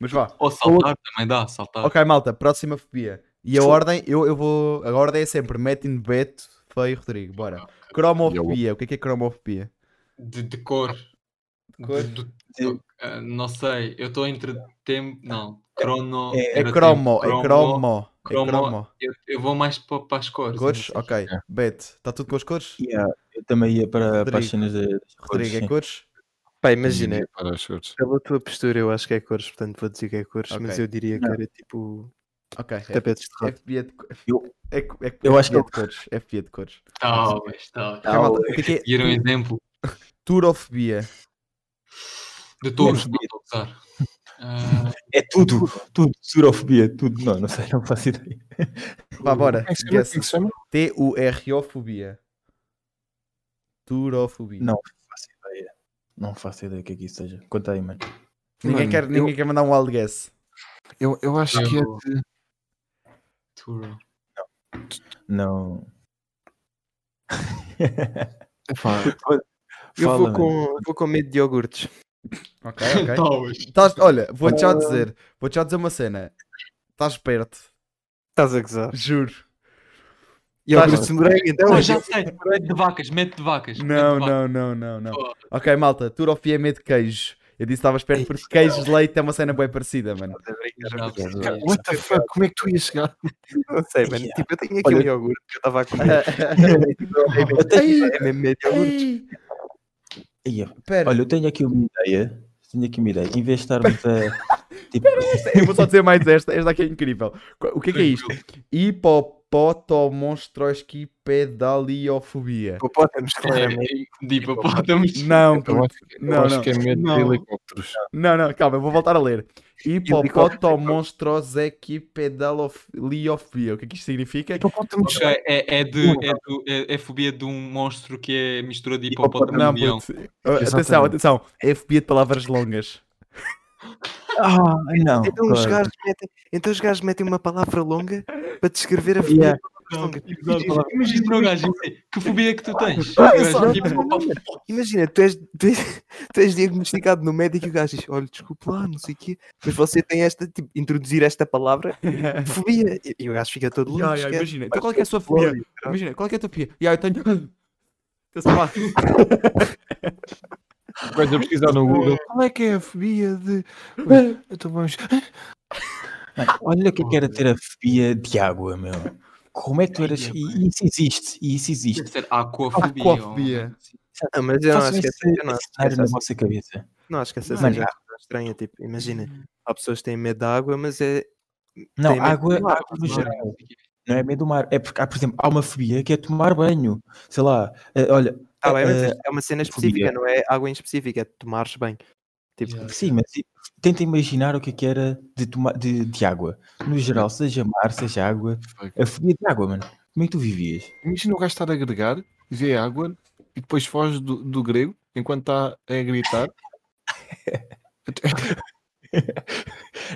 [SPEAKER 4] Mas vá.
[SPEAKER 3] Ou saltar também dá, saltar.
[SPEAKER 4] Ok, malta, próxima fobia. E a ordem, eu, eu vou. A ordem é sempre Metin, Beto, Feio e Rodrigo. Bora. Cromofobia. O que é que é cromofobia?
[SPEAKER 3] De, de cor.
[SPEAKER 4] cor?
[SPEAKER 3] De- do- do- ah, não sei, eu estou entre tempo. Não, crono.
[SPEAKER 4] É
[SPEAKER 3] era
[SPEAKER 4] cromo,
[SPEAKER 3] tempo,
[SPEAKER 4] é cromo. É
[SPEAKER 3] cromo.
[SPEAKER 4] cromo.
[SPEAKER 3] Eu, eu vou mais para, as cores.
[SPEAKER 4] Cores?
[SPEAKER 3] não sei.
[SPEAKER 4] Ok. Beto, está tudo com as cores?
[SPEAKER 1] Yeah, eu também ia para, para as
[SPEAKER 4] Rodrigo.
[SPEAKER 1] cenas da- das cores.
[SPEAKER 4] Rodrigo, é
[SPEAKER 1] sim.
[SPEAKER 4] cores?
[SPEAKER 5] Pá, imagina,
[SPEAKER 2] Para as shorts.
[SPEAKER 5] pela tua postura eu acho que é cores, portanto vou dizer que é cores,
[SPEAKER 4] Ok.
[SPEAKER 5] mas eu diria que era tipo
[SPEAKER 4] Ok. é-
[SPEAKER 5] tapetes de rato.
[SPEAKER 4] FBA de cores.
[SPEAKER 1] Eu-
[SPEAKER 4] É, co- é,
[SPEAKER 1] eu acho que
[SPEAKER 4] FBA
[SPEAKER 1] eu-
[SPEAKER 4] de cores. FBA de cores.
[SPEAKER 3] Talvez, talvez.
[SPEAKER 4] Ok, malta, o que é que é
[SPEAKER 3] tá, E era um exemplo
[SPEAKER 4] turofobia?
[SPEAKER 3] de touros que não estou a usar. Ah,
[SPEAKER 1] É tudo, tudo, surofobia, tudo. Não, não sei, não faço ideia.
[SPEAKER 4] Vá, bora.
[SPEAKER 2] Como é que se chama?
[SPEAKER 4] guess.
[SPEAKER 2] Como é que se chama?
[SPEAKER 4] T-U-R-O-fobia. Turofobia.
[SPEAKER 1] Não faço ideia. Não faço ideia do que é que isso seja. Conta aí, mano.
[SPEAKER 4] Ninguém,
[SPEAKER 2] Mano,
[SPEAKER 4] quer, ninguém quer mandar um wild guess.
[SPEAKER 2] Eu, eu, eu acho
[SPEAKER 3] Eu
[SPEAKER 2] que é
[SPEAKER 3] vou-
[SPEAKER 2] de.
[SPEAKER 3] touro.
[SPEAKER 1] Não.
[SPEAKER 2] Epá,
[SPEAKER 5] É Eu
[SPEAKER 1] Fala,
[SPEAKER 5] vou
[SPEAKER 1] mano.
[SPEAKER 5] com, vou com medo de iogurtes.
[SPEAKER 4] Ok, ok.
[SPEAKER 3] Talvez.
[SPEAKER 4] Tás- olha, vou-te já dizer. Vou-te já dizer uma cena. Estás perto.
[SPEAKER 5] Estás a gozar.
[SPEAKER 4] Juro.
[SPEAKER 5] Iogurtes de morango, então?
[SPEAKER 3] Ah, já sei, mete de vacas, mete de vacas. mete
[SPEAKER 4] Não,
[SPEAKER 3] de vacas.
[SPEAKER 4] não, não, não, não.
[SPEAKER 3] Foda.
[SPEAKER 4] Ok, malta. Turofobia é medo de queijo. Eu disse que estavas perto porque queijo de leite é uma cena bem parecida, mano.
[SPEAKER 3] Não,
[SPEAKER 1] Obrigado.
[SPEAKER 2] what the fuck? Como é que tu ias chegar?
[SPEAKER 5] Não sei, mano.
[SPEAKER 1] Yeah.
[SPEAKER 5] Tipo, eu tenho aqui
[SPEAKER 1] Olha-
[SPEAKER 5] um iogurte que eu estava a comer.
[SPEAKER 1] Eu tenho...
[SPEAKER 5] é mesmo medo de iogurtes.
[SPEAKER 1] Ia,
[SPEAKER 4] Pera,
[SPEAKER 1] Olha, eu tenho aqui uma ideia. Tenho aqui uma ideia. Em vez de estarmos a. Tipo,
[SPEAKER 4] eu vou só dizer mais esta, esta aqui é incrível. Qu- O que é que é isto?
[SPEAKER 3] um
[SPEAKER 4] Hipopotomonstroesquipedaliofobia.
[SPEAKER 5] Hipopótamos, claramente.
[SPEAKER 3] É, de hipopótamos.
[SPEAKER 4] Não,
[SPEAKER 2] Eu
[SPEAKER 4] puto,
[SPEAKER 2] acho, que- eu
[SPEAKER 4] não,
[SPEAKER 2] acho
[SPEAKER 4] não.
[SPEAKER 2] que é medo
[SPEAKER 4] Não.
[SPEAKER 2] de helicópteros.
[SPEAKER 4] não, não, calma, eu vou voltar a ler. Hipopotomonstrosequipedaliofobia. O que é que isto significa?
[SPEAKER 2] Hipopótamos.
[SPEAKER 3] Ok, é, é, de, é, do- é, é fobia de um monstro que é mistura de hipopótamo
[SPEAKER 4] Não,
[SPEAKER 3] e leão.
[SPEAKER 4] puto. Ah, Atenção, atenção. É FBA de palavras longas.
[SPEAKER 1] ah, não.
[SPEAKER 5] Então os,
[SPEAKER 1] claro.
[SPEAKER 5] gajos metem, então os gajos metem uma palavra longa para descrever a
[SPEAKER 1] Yeah.
[SPEAKER 5] família questão. que-
[SPEAKER 3] Exato. Imagina o gajo, que fobia é que tu tens?
[SPEAKER 5] Ah,
[SPEAKER 3] E o
[SPEAKER 5] só-
[SPEAKER 3] gajo, tipo,
[SPEAKER 5] não, não, Imagina, tu és, tu, és, tu és diagnosticado no médico e o gajo diz: Olha, desculpe lá, não sei o quê, mas você tem esta, tipo, introduzir esta palavra, fobia. E, e o gajo fica todo louco.
[SPEAKER 4] Ya, ya,
[SPEAKER 5] esquece.
[SPEAKER 4] imagina, então qual é que é a sua fobia? Imagina, qual é que é a tua fobia? Ya, eu tenho. Eu sei lá.
[SPEAKER 1] Vais a pesquisar no Google.
[SPEAKER 2] Qual é que é a fobia de. então Mas, Eu estou mais.
[SPEAKER 1] Olha o que é que era ter a fobia de água, meu. Como é que tu eras.
[SPEAKER 3] Ai,
[SPEAKER 1] E isso existe, e isso
[SPEAKER 3] Deve
[SPEAKER 1] existe.
[SPEAKER 3] ser aquafobia.
[SPEAKER 4] Aquafobia.
[SPEAKER 5] Ah, mas eu não
[SPEAKER 1] Façam
[SPEAKER 5] acho que
[SPEAKER 1] esse,
[SPEAKER 5] essa eu não
[SPEAKER 1] esse
[SPEAKER 5] acho que
[SPEAKER 1] cenário na
[SPEAKER 5] essa-
[SPEAKER 1] vossa cabeça.
[SPEAKER 5] não acho que essa
[SPEAKER 1] Mano,
[SPEAKER 5] seja estranha. Tipo, imagina, há pessoas que têm medo da água, mas é.
[SPEAKER 1] Não,
[SPEAKER 5] Tem medo
[SPEAKER 1] água,
[SPEAKER 5] do mar,
[SPEAKER 1] água no
[SPEAKER 5] do mar.
[SPEAKER 1] geral. Não é medo do mar. É porque há, por exemplo, há uma fobia que é tomar banho. Sei lá, eh, olha.
[SPEAKER 5] Tá bem, mas
[SPEAKER 1] eh,
[SPEAKER 5] isto é uma cena
[SPEAKER 1] fobia.
[SPEAKER 5] específica, não é água em específico, é tomares bem. Tipo,
[SPEAKER 3] Yeah.
[SPEAKER 1] Sim, mas i- tenta imaginar o que é que era de, toma- de, de água. No
[SPEAKER 5] Hum.
[SPEAKER 1] geral, seja mar, seja água. A fobia de água, mano. Como é que tu vivias?
[SPEAKER 2] Imagina o gajo estar a agregar, vê a água e depois foge do, do grego enquanto está a gritar.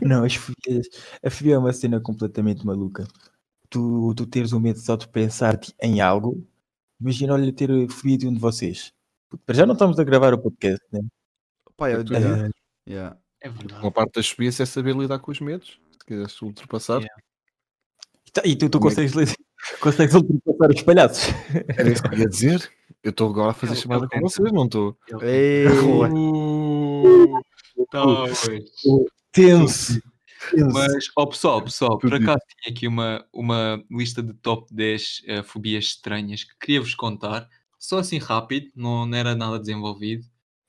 [SPEAKER 1] Não, as fobias. A fobia é uma cena completamente maluca. Tu, tu teres o medo só de pensar -te em algo. Imagina, olha, ter a fobia de um de vocês. Puto, Para já não estamos a gravar o podcast, né?
[SPEAKER 4] Pá, eu
[SPEAKER 1] Eh,
[SPEAKER 4] yeah, yeah.
[SPEAKER 3] É verdade.
[SPEAKER 2] Uma parte das fobias é saber lidar com os medos. Se quiseres ultrapassar,
[SPEAKER 1] e tá- e tu, tu
[SPEAKER 2] Como é
[SPEAKER 1] consegues, ler- consegues ultrapassar os palhaços.
[SPEAKER 2] era isso que eu ia dizer. Eu estou agora a fazer
[SPEAKER 3] Ele-
[SPEAKER 2] chamada
[SPEAKER 3] ele
[SPEAKER 2] com
[SPEAKER 3] tenta.
[SPEAKER 2] vocês, não estou?
[SPEAKER 4] Ei,
[SPEAKER 3] Uh, Talvez.
[SPEAKER 1] Tenso. tenso.
[SPEAKER 3] Mas, ó pessoal, pessoal, por
[SPEAKER 2] Tudo
[SPEAKER 3] acaso tinha aqui uma, uma lista de top 10 eh, fobias estranhas que queria-vos contar, só assim rápido, não, não era nada desenvolvido.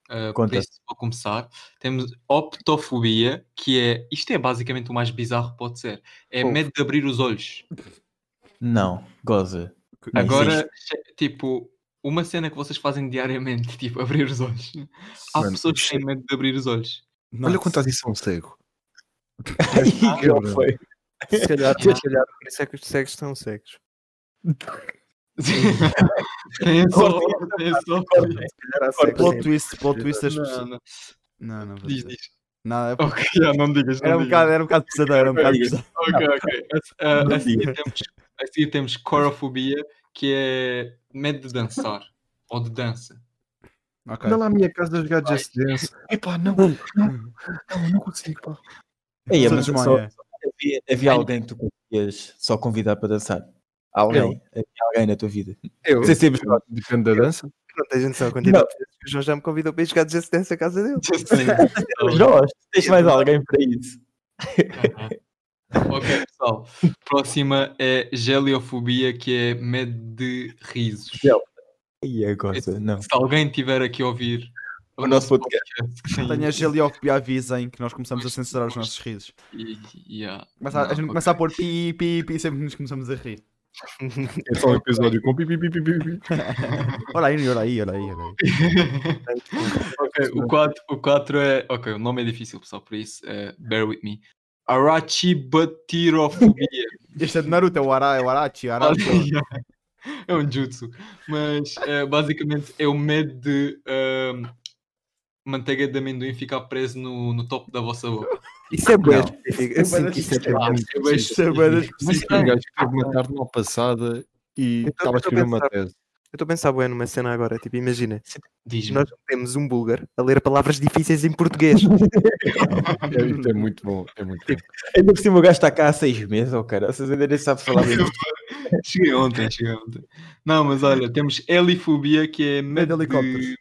[SPEAKER 3] eh, por
[SPEAKER 1] Conta.
[SPEAKER 3] isso vou começar. Temos optofobia, que é. Isto é basicamente o mais bizarro que pode ser. É medo de abrir os olhos.
[SPEAKER 1] Não, goza. Não
[SPEAKER 3] Agora,
[SPEAKER 1] existe.
[SPEAKER 3] che- tipo, uma cena que vocês fazem diariamente, tipo, abrir os olhos. Há
[SPEAKER 2] Mano,
[SPEAKER 3] pessoas que têm medo de abrir os olhos.
[SPEAKER 2] Olha quanto a disse a um cego.
[SPEAKER 1] Não foi.
[SPEAKER 5] se calhar, se calhar, por isso é que os cegos são cegos.
[SPEAKER 3] Tem só, tem só.
[SPEAKER 5] Se calhar há
[SPEAKER 4] Plot
[SPEAKER 5] cegos que têm-
[SPEAKER 4] twist, plot twist das
[SPEAKER 3] Não,
[SPEAKER 4] pessoas.
[SPEAKER 3] não.
[SPEAKER 4] Não, não vou
[SPEAKER 3] Diz,
[SPEAKER 4] dizer.
[SPEAKER 3] diz.
[SPEAKER 4] Não, é-
[SPEAKER 3] Ok, já, não digas. não
[SPEAKER 4] Era um
[SPEAKER 3] digas.
[SPEAKER 4] bocado, era um bocado pesadão, era um bocado
[SPEAKER 1] digas.
[SPEAKER 4] pesadão.
[SPEAKER 3] Ok, ok. A, a-
[SPEAKER 1] Não
[SPEAKER 3] a seguir
[SPEAKER 1] digas.
[SPEAKER 3] temos, a seguir temos corofobia, que é medo de dançar. Ou de dança.
[SPEAKER 4] Ok.
[SPEAKER 2] Anda lá à minha casa a jogar Just Dance. Epá, não, não, não, não consigo. Pá.
[SPEAKER 1] Ei,
[SPEAKER 4] Só
[SPEAKER 1] mas só-
[SPEAKER 4] desmaia.
[SPEAKER 1] havia, havia alguém que tu conseguias só convidar para dançar? Alguém? Havia alguém na tua vida?
[SPEAKER 5] Eu,
[SPEAKER 1] Sem ser biscoito.
[SPEAKER 2] Depende da dança.
[SPEAKER 5] não tens noção, a quantidade de vezes que o João já me convidou para ir jogar Just Dance à casa dele.
[SPEAKER 1] Mas nós, tens mais alguém para isso?
[SPEAKER 3] ok, pessoal. Próxima é geliofobia, que é medo de risos.
[SPEAKER 1] Gel. E agora?
[SPEAKER 3] Esse-
[SPEAKER 1] é Não.
[SPEAKER 3] Se alguém tiver aqui a ouvir
[SPEAKER 1] O nosso podcast.
[SPEAKER 3] que tem-
[SPEAKER 4] Tenha geliofobia, avisem que nós começamos a censurar os nossos risos.
[SPEAKER 3] e- e- yeah.
[SPEAKER 4] Começa a, a gente começa a pôr pi, pi, pi, sempre que nos começamos a rir.
[SPEAKER 2] É só um episódio com pi, pi, pi, pi, pi, pi.
[SPEAKER 4] Olha aí, olha aí, olha aí. Olha aí.
[SPEAKER 3] Ok, o 4 o quatro é. Ok, o nome é difícil, pessoal, por isso, eh, bear with me. Arachibatirofobia.
[SPEAKER 4] Este é de Naruto, é o Ara, é o Arachi, Arachi.
[SPEAKER 3] é um jutsu. Mas eh, basicamente é o medo de ahm, manteiga de amendoim ficar preso no, no topo da vossa boca.
[SPEAKER 5] Isso é
[SPEAKER 1] Não.
[SPEAKER 5] bem específico. Eu sinto que isso é
[SPEAKER 4] específico.
[SPEAKER 5] bué.
[SPEAKER 3] Eu vejo-
[SPEAKER 4] Isso é bué da
[SPEAKER 3] Mas,
[SPEAKER 4] específica.
[SPEAKER 2] Um
[SPEAKER 3] ah,
[SPEAKER 2] gajo que teve uma tarde mal passada e
[SPEAKER 5] Eu tô-
[SPEAKER 2] estava a
[SPEAKER 5] eu tô
[SPEAKER 2] escrever uma
[SPEAKER 5] pensando.
[SPEAKER 2] tese.
[SPEAKER 5] Eu estou a pensar bem numa cena agora, tipo, imagina,
[SPEAKER 3] Diz-me.
[SPEAKER 5] nós temos um búlgaro a ler palavras difíceis em português.
[SPEAKER 2] É, isto é muito bom, é muito bom.
[SPEAKER 1] Ainda por cima o gajo está cá há seis meses, ó cara. Vocês ainda nem sabem falar bem.
[SPEAKER 3] Cheguei ontem, cheguei ontem. Não, mas olha, temos helifobia que é
[SPEAKER 4] Medo
[SPEAKER 3] medo
[SPEAKER 4] de
[SPEAKER 3] de
[SPEAKER 4] helicópteros.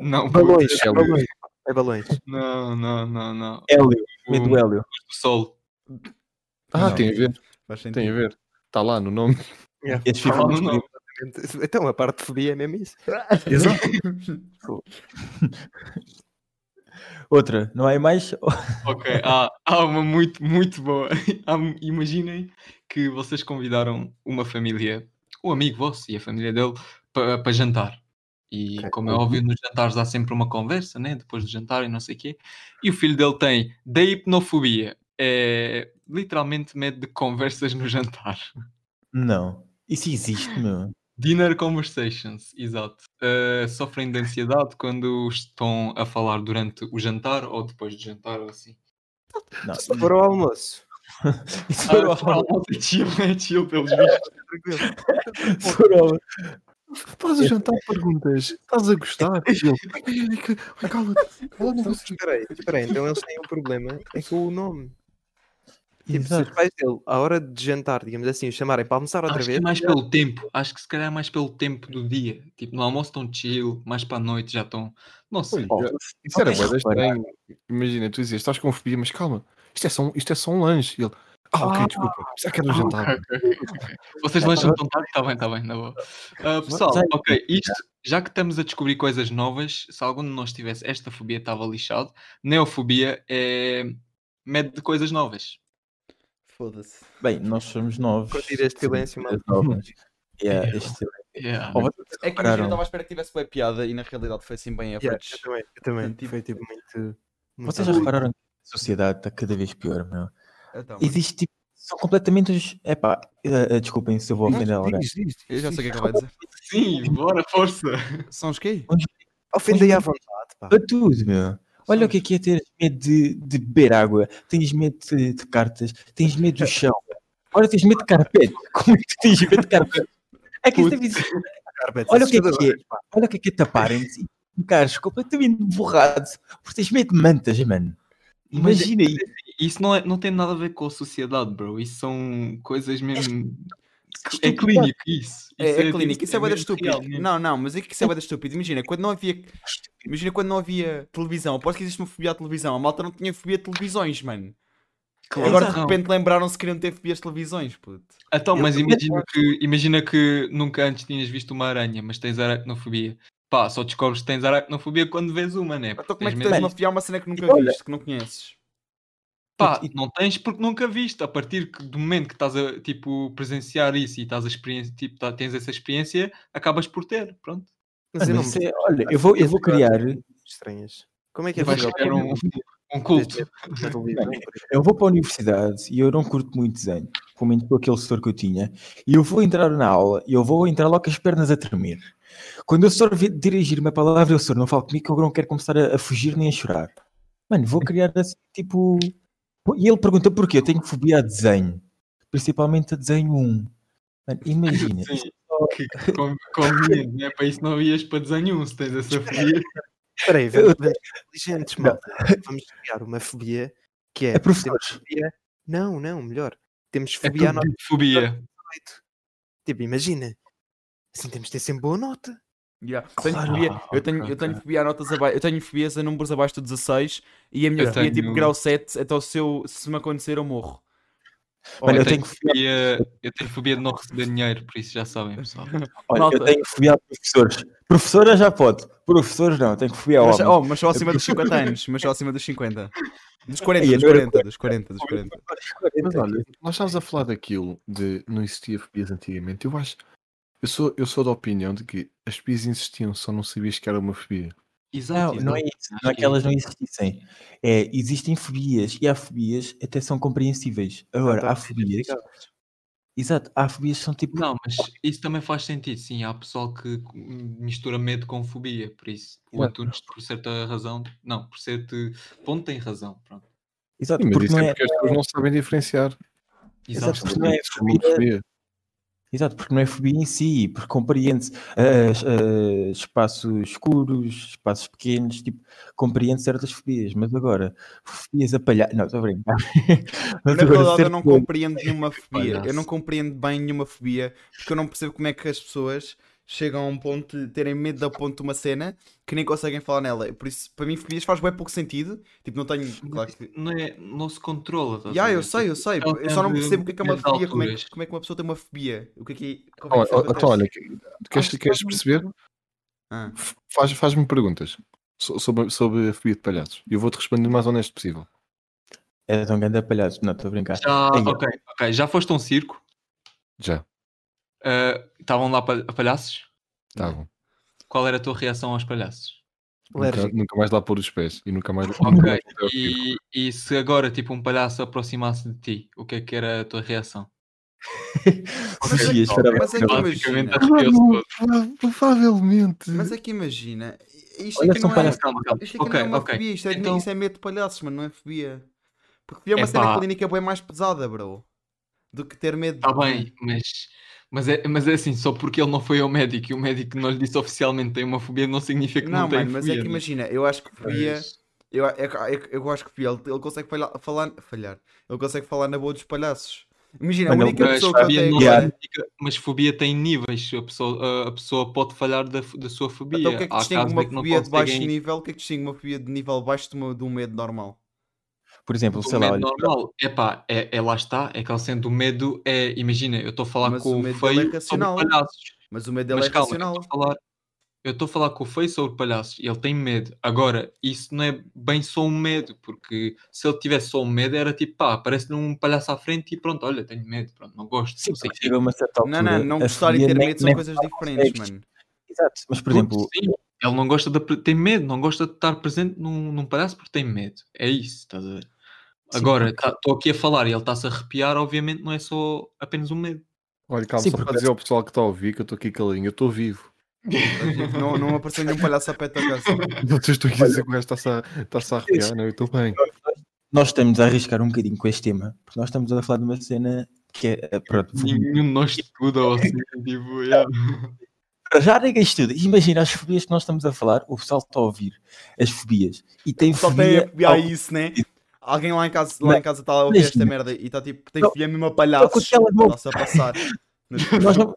[SPEAKER 3] Não,
[SPEAKER 5] balões,
[SPEAKER 3] puta,
[SPEAKER 2] é o-
[SPEAKER 5] balões. É balões.
[SPEAKER 3] não, não, não, não.
[SPEAKER 1] Hélio,
[SPEAKER 3] O,
[SPEAKER 1] medo do Hélio.
[SPEAKER 3] o sol.
[SPEAKER 2] Ah,
[SPEAKER 4] Não.
[SPEAKER 2] tem a ver,
[SPEAKER 4] Faz
[SPEAKER 2] tem a
[SPEAKER 4] sentido.
[SPEAKER 2] ver. Está lá no nome.
[SPEAKER 1] Eles ficam
[SPEAKER 3] Não, não.
[SPEAKER 5] Então, a parte de fobia é mesmo isso.
[SPEAKER 2] Exato.
[SPEAKER 1] Outra, não há mais?
[SPEAKER 3] Ok, há, há uma muito, muito boa. Há um- imaginem que vocês convidaram uma família, um amigo vosso e a família dele, para jantar. E como é óbvio, nos jantares há sempre uma conversa, né? Depois do jantar e não sei o quê. E o filho dele tem da hipnofobia. É literalmente medo de conversas no jantar.
[SPEAKER 1] Não. Isso existe, meu.
[SPEAKER 3] Dinner conversations, exato. Uh, sofrem de ansiedade quando estão a falar durante o jantar ou depois do jantar ou assim.
[SPEAKER 1] Não. Ah,
[SPEAKER 5] Só para o almoço.
[SPEAKER 1] Isso
[SPEAKER 3] Ah,
[SPEAKER 1] era o-
[SPEAKER 3] é chill, é chill pelos vistos.
[SPEAKER 5] tranquilo.
[SPEAKER 1] Suroba.
[SPEAKER 2] Estás a jantar perguntas. Estás a gostar? E ele, "Ai, ai, ai, que- ai, Cala-te. Cala-te, não
[SPEAKER 5] Então,
[SPEAKER 2] consigo."
[SPEAKER 5] espera aí, espera aí, então eles têm um problema, é com o nome. Tipo, se os
[SPEAKER 1] Exato.
[SPEAKER 5] pais dele, à hora de jantar, digamos assim, os chamarem para almoçar outra
[SPEAKER 3] Acho que
[SPEAKER 5] vez,
[SPEAKER 3] é mais pelo tempo. Acho que se calhar é mais pelo tempo do dia. Tipo, no almoço estão chill, mais para a noite já estão. Não sei.
[SPEAKER 2] Pois, Oh, Isso é era
[SPEAKER 1] tens
[SPEAKER 2] bué
[SPEAKER 1] de
[SPEAKER 2] da estranho. Imagina, tu dizias, estás com fobia, mas calma, isto é só um, isto é só um lanche. E ele, ah, ok, desculpa, será que
[SPEAKER 4] Ah,
[SPEAKER 2] era um jantar?
[SPEAKER 3] Vocês lancham tão tarde? Está bem, está bem, na boa. Ah, pessoal,
[SPEAKER 1] Sei.
[SPEAKER 3] ok, isto, já que estamos a descobrir coisas novas, se algum de nós tivesse esta fobia, estava lixado. Neofobia é medo de coisas novas.
[SPEAKER 4] Foda-se.
[SPEAKER 1] Bem, nós somos novos.
[SPEAKER 5] Curtir este silêncio,
[SPEAKER 1] Somos
[SPEAKER 5] mano.
[SPEAKER 1] novos. Yeah, este silêncio.
[SPEAKER 3] Yeah.
[SPEAKER 1] Ou vocês
[SPEAKER 4] É que imagina, eu
[SPEAKER 1] repararam-
[SPEAKER 4] estava à espera que tivesse bem piada e na realidade foi assim bem
[SPEAKER 5] Yeah,
[SPEAKER 4] efforts.
[SPEAKER 5] eu também, eu também.
[SPEAKER 4] Tipo-
[SPEAKER 5] Foi tipo muito. muito
[SPEAKER 1] Vocês já repararam que a sociedade está cada vez pior, meu?
[SPEAKER 4] Então,
[SPEAKER 1] Existe tipo. São completamente os. Epá, eh, eh, desculpem se eu vou ofender
[SPEAKER 4] né?
[SPEAKER 1] alguém.
[SPEAKER 2] Diz, diz, diz,
[SPEAKER 4] eu já
[SPEAKER 2] diz.
[SPEAKER 4] sei o que é que ele vai dizer.
[SPEAKER 3] Sim, bora, força!
[SPEAKER 2] é.
[SPEAKER 4] São os quê?
[SPEAKER 5] Ofendei à vontade, pá.
[SPEAKER 1] Para tudo, meu. Olha o que é que é ter medo de, de beber água, tens medo de, de cartas, tens medo do chão. Agora tens medo de carpete. Como é que tens medo de carpete? É que isto é bizarro. Olha o que é que é. Olha o que é que é taparem-te e ficares completamente borrado porque tens medo de mantas, mano.
[SPEAKER 3] Mas é-
[SPEAKER 1] Imagina aí.
[SPEAKER 3] Isso não, é- não tem nada a ver com a sociedade, bro. Isso são coisas mesmo. É
[SPEAKER 1] estupidez.
[SPEAKER 3] clínico, isso.
[SPEAKER 4] É, é
[SPEAKER 3] tipo,
[SPEAKER 4] clínica, isso é boeda
[SPEAKER 3] mesmo
[SPEAKER 4] estúpida.
[SPEAKER 3] real, mesmo.
[SPEAKER 4] Não, não, mas é que isso é boeda estúpida. Imagina, quando não havia. Imagina quando não havia televisão. Aposto que existe uma fobia à televisão. A malta não tinha fobia de televisões, mano.
[SPEAKER 3] Claro.
[SPEAKER 4] Agora de
[SPEAKER 3] Não.
[SPEAKER 4] repente lembraram-se que queriam ter fobias de televisões, puto.
[SPEAKER 3] Então,
[SPEAKER 5] Eu
[SPEAKER 3] mas
[SPEAKER 5] também
[SPEAKER 3] imagina que, imagina que nunca antes tinhas visto uma aranha, mas tens aracnofobia. Pá, só descobres que tens aracnofobia quando vês uma, né?
[SPEAKER 4] Então como é que
[SPEAKER 3] Tens
[SPEAKER 4] tens
[SPEAKER 3] medo.
[SPEAKER 4] uma fobia a uma cena que nunca
[SPEAKER 1] Olha.
[SPEAKER 4] viste, que não conheces?
[SPEAKER 3] Pá, não tens porque nunca viste. A partir que- do momento que estás a, tipo, presenciar isso e estás a experiência, tipo, tá- tens essa experiência, acabas por ter, pronto.
[SPEAKER 5] Mas eu
[SPEAKER 1] Mano,
[SPEAKER 5] não
[SPEAKER 1] isso é- olha, eu vou, eu vou criar,
[SPEAKER 5] estranhas. Como é que
[SPEAKER 3] E
[SPEAKER 5] é
[SPEAKER 3] vais
[SPEAKER 5] possível?
[SPEAKER 3] criar um, um culto.
[SPEAKER 1] eu vou para a universidade e eu não curto muito desenho, pelo menos com aquele setor que eu tinha, e eu vou entrar na aula e eu vou entrar logo com as pernas a tremer. Quando o senhor vi- dirigir uma palavra, o senhor não fala comigo que eu não quero começar a, a fugir nem a chorar. Mano, vou criar assim, tipo. Pô, E ele pergunta porquê? Eu tenho fobia a desenho, principalmente a desenho 1. Mano, imagina.
[SPEAKER 3] Sim, que que con- conveniente, né? Para isso não ias para desenho nenhum, se tens essa fobia.
[SPEAKER 5] Espera aí,
[SPEAKER 1] Eu-
[SPEAKER 5] vamos vamos ser inteligentes,
[SPEAKER 1] Não.
[SPEAKER 5] malta. Vamos criar uma fobia que é.
[SPEAKER 1] É professor.
[SPEAKER 5] temos fobia- Não, não, melhor. Temos
[SPEAKER 3] É
[SPEAKER 5] fobia à
[SPEAKER 3] tudo
[SPEAKER 5] nota
[SPEAKER 3] fobia.
[SPEAKER 5] Tipo, imagina. Assim temos de ter sempre boa nota.
[SPEAKER 4] Yeah. Tenho
[SPEAKER 1] Claro.
[SPEAKER 4] fobia, eu tenho, eu tenho fobia a notas abaixo, eu tenho fobias a números abaixo do 16 e a minha
[SPEAKER 3] Eu
[SPEAKER 4] fobia é tipo
[SPEAKER 3] tenho-
[SPEAKER 4] grau 7, então se, eu, se me acontecer eu morro.
[SPEAKER 1] Olha,
[SPEAKER 3] eu,
[SPEAKER 1] eu
[SPEAKER 3] tenho
[SPEAKER 1] tenho
[SPEAKER 3] fobia, eu tenho fobia de não receber dinheiro, por isso já sabem, pessoal.
[SPEAKER 1] Olha,
[SPEAKER 4] Malta.
[SPEAKER 1] eu tenho fobia a professores. Professora já pode, professores não, tenho fobia a
[SPEAKER 4] Mas,
[SPEAKER 1] homens.
[SPEAKER 4] oh, mas só acima dos 50 anos, mas só acima dos 50. Dos 40,
[SPEAKER 1] Ei,
[SPEAKER 4] dos
[SPEAKER 1] eu não era
[SPEAKER 4] 40, dos 40, dos 40.
[SPEAKER 2] Mas olha, nós estávamos a falar daquilo de não existia fobias antigamente. Eu acho, eu sou, eu sou da opinião de que as fobias existiam, só não sabias que era uma fobia.
[SPEAKER 1] Não, não é isso. Não é que elas não existissem. É, existem fobias e há fobias até são compreensíveis. Agora, há fobias. Exato, há fobias que são tipo.
[SPEAKER 3] Não, mas isso também faz sentido, sim. Há pessoal que hum, mistura medo com fobia, por isso o
[SPEAKER 1] Exato.
[SPEAKER 3] Antunes, por certa razão, não, por certo ponto, tem razão. Pronto.
[SPEAKER 1] Exato,
[SPEAKER 2] Sim, mas
[SPEAKER 1] porque
[SPEAKER 2] isso
[SPEAKER 1] não
[SPEAKER 2] é
[SPEAKER 1] é.
[SPEAKER 2] porque as pessoas não sabem diferenciar.
[SPEAKER 1] Exato,
[SPEAKER 3] Exato.
[SPEAKER 1] porque não é
[SPEAKER 2] Isso uma
[SPEAKER 1] fobia,
[SPEAKER 2] fobia.
[SPEAKER 1] exato, porque não é fobia em si, porque compreende-se ah, ah, espaços escuros, espaços pequenos, tipo, compreende certas fobias, mas agora, fobias a palha... Não, estou a brincar. Mas
[SPEAKER 4] Na
[SPEAKER 1] agora
[SPEAKER 4] verdade, eu
[SPEAKER 1] certo-
[SPEAKER 4] não compreendo nenhuma fobia. Eu
[SPEAKER 3] palhaço.
[SPEAKER 4] não compreendo bem nenhuma fobia, porque eu não percebo como é que as pessoas chegam a um ponto de terem medo da ponto de uma cena que nem conseguem falar nela. Por isso, para mim, fobias faz bem pouco sentido. Tipo, não tenho. Claro que.
[SPEAKER 3] Não, é, não se controla. estás a
[SPEAKER 4] Ya, eu
[SPEAKER 3] ver?
[SPEAKER 4] sei, eu sei.
[SPEAKER 3] Tipo,
[SPEAKER 4] Eu só não
[SPEAKER 3] de-
[SPEAKER 4] percebo o que é que é uma
[SPEAKER 3] medo de
[SPEAKER 4] fobia. Como é,
[SPEAKER 3] alturas.
[SPEAKER 4] que- como é que uma pessoa tem uma fobia? O que é que. Como é
[SPEAKER 2] Olha,
[SPEAKER 4] que isso
[SPEAKER 2] olha, então,
[SPEAKER 4] acontece?
[SPEAKER 2] olha, que- queres, queres perceber?
[SPEAKER 4] Ah,
[SPEAKER 2] F- Faz, faz-me perguntas so- sobre, sobre a fobia de palhaços. E eu vou-te responder o mais honesto possível.
[SPEAKER 1] É tão grande a palhaço, não, estou a brincar.
[SPEAKER 3] Já,
[SPEAKER 1] Aí,
[SPEAKER 3] ok, ok. Já foste a um circo?
[SPEAKER 2] Já,
[SPEAKER 3] Ah, Estavam lá pa- palhaços?
[SPEAKER 2] tá bom.
[SPEAKER 3] Qual era a tua reação aos palhaços?
[SPEAKER 2] Nunca, nunca mais lá pôr os pés e nunca mais. nunca
[SPEAKER 3] Ok,
[SPEAKER 2] mais
[SPEAKER 4] É
[SPEAKER 2] voltei ao circo.
[SPEAKER 3] e, e se agora tipo um palhaço aproximasse de ti, o que é que era a tua reação?
[SPEAKER 4] Mas é-
[SPEAKER 1] Fugias, espera-
[SPEAKER 4] mas é que
[SPEAKER 3] Basicamente
[SPEAKER 4] imagina.
[SPEAKER 3] arrepiou-se todo.
[SPEAKER 2] Prova- então Provavelmente.
[SPEAKER 4] Mas é que imagina. Isto é
[SPEAKER 1] Olha,
[SPEAKER 4] que
[SPEAKER 1] são
[SPEAKER 4] não é.
[SPEAKER 1] palhaços.
[SPEAKER 3] Calma, calma.
[SPEAKER 4] Isto é que
[SPEAKER 3] Ok,
[SPEAKER 4] não é uma
[SPEAKER 3] ok.
[SPEAKER 4] fobia, isto é,
[SPEAKER 3] Então-
[SPEAKER 4] isso é medo de palhaços, mano, não é fobia. Porque fobia é uma
[SPEAKER 3] Epá.
[SPEAKER 4] cena clínica bem mais pesada, bro. Do que ter medo
[SPEAKER 3] Está
[SPEAKER 4] de-
[SPEAKER 3] Tá bem, mas, Mas é, mas é assim, só porque ele não foi ao médico e o médico não lhe disse oficialmente tem uma fobia, não significa que não,
[SPEAKER 4] Não,
[SPEAKER 3] tem
[SPEAKER 4] mano, mas é
[SPEAKER 3] fobia,
[SPEAKER 4] que
[SPEAKER 3] né?
[SPEAKER 4] imagina, eu acho que fobia.
[SPEAKER 3] Mas-
[SPEAKER 4] Eu, eu, eu, eu acho que fobia, ele, ele consegue falhar, falar. Falhar. Ele consegue falar na boa dos palhaços. Imagina,
[SPEAKER 1] Mano,
[SPEAKER 4] a
[SPEAKER 1] ele-
[SPEAKER 4] única
[SPEAKER 3] Mas
[SPEAKER 4] pessoa que eu
[SPEAKER 3] é fobia,
[SPEAKER 4] tenho
[SPEAKER 3] não
[SPEAKER 1] Yeah.
[SPEAKER 3] significa- mas fobia tem níveis. A pessoa, a- a pessoa pode falhar da, da sua fobia.
[SPEAKER 4] Então o que é que
[SPEAKER 3] Há
[SPEAKER 4] distingue
[SPEAKER 3] casos
[SPEAKER 4] uma
[SPEAKER 3] em que não
[SPEAKER 4] fobia de baixo
[SPEAKER 3] conseguem-
[SPEAKER 4] nível? O que é que distingue uma fobia de nível baixo de, uma- de um medo normal?
[SPEAKER 1] Por exemplo,
[SPEAKER 3] do
[SPEAKER 1] sei lá,
[SPEAKER 3] medo
[SPEAKER 1] olha,
[SPEAKER 3] normal. Epá, é, é lá está. É que ele sendo o medo é. Imagina, eu estou a falar
[SPEAKER 4] Mas o
[SPEAKER 3] com o
[SPEAKER 4] medo dele é
[SPEAKER 3] feio sobre
[SPEAKER 4] racional.
[SPEAKER 3] palhaços.
[SPEAKER 4] Mas o medo dele
[SPEAKER 3] mas
[SPEAKER 4] é
[SPEAKER 3] calma,
[SPEAKER 4] racional.
[SPEAKER 3] eu estou a falar. Eu estou a falar com o feio sobre palhaços e ele tem medo. Agora, isso não é bem só um medo, porque se ele tivesse só um medo, era tipo, pá, aparece-lhe um palhaço à frente e pronto, olha, tenho medo, pronto, não gosto.
[SPEAKER 1] sim,
[SPEAKER 3] não sei o
[SPEAKER 1] porque
[SPEAKER 3] quê.
[SPEAKER 1] chega a uma certa altura.
[SPEAKER 4] Não, não, não
[SPEAKER 1] a
[SPEAKER 4] gostar e
[SPEAKER 1] fobia
[SPEAKER 4] ter
[SPEAKER 1] nem-
[SPEAKER 4] medo são
[SPEAKER 1] nem-
[SPEAKER 4] coisas diferentes,
[SPEAKER 1] consegues.
[SPEAKER 4] mano.
[SPEAKER 1] Exato, mas por
[SPEAKER 3] Tudo,
[SPEAKER 1] exemplo,
[SPEAKER 3] sim. Ele não gosta de. apre- Tem medo, não gosta de estar presente num, num palhaço porque tem medo. É isso, estás a ver? Agora, estou aqui a falar e ele está-se a arrepiar, obviamente não é só apenas um medo.
[SPEAKER 2] Olha, calma,
[SPEAKER 1] Sim,
[SPEAKER 2] só para
[SPEAKER 1] porque-
[SPEAKER 2] dizer ao pessoal que está a ouvir que eu estou aqui caladinho, eu estou vivo.
[SPEAKER 4] Não, não apareceu nenhum palhaço a pé da casa.
[SPEAKER 2] Vocês estão aqui a dizer que o gajo está-se a, está a arrepiar, não? é? Eu estou bem.
[SPEAKER 1] nós estamos a arriscar um bocadinho com este tema, porque nós estamos a falar de uma cena que é. eh, Pronto,
[SPEAKER 4] Hum.
[SPEAKER 3] Nenhum de nós estuda ou assim, tipo, yeah.
[SPEAKER 1] para já ninguém estuda. Imagina as fobias que nós estamos a falar, o pessoal está a ouvir as fobias e tem
[SPEAKER 4] Só tem a
[SPEAKER 1] fobia.
[SPEAKER 4] fobia
[SPEAKER 1] ao-
[SPEAKER 4] a isso, né? Alguém lá em casa lá
[SPEAKER 1] Mas-
[SPEAKER 4] em casa está a ouvir esta
[SPEAKER 1] imagina.
[SPEAKER 4] merda e está tipo, tem
[SPEAKER 1] Tô-
[SPEAKER 4] fobia mesmo a palhaços.
[SPEAKER 1] telemóvel.
[SPEAKER 4] Nossa, a passar.
[SPEAKER 1] Nós não-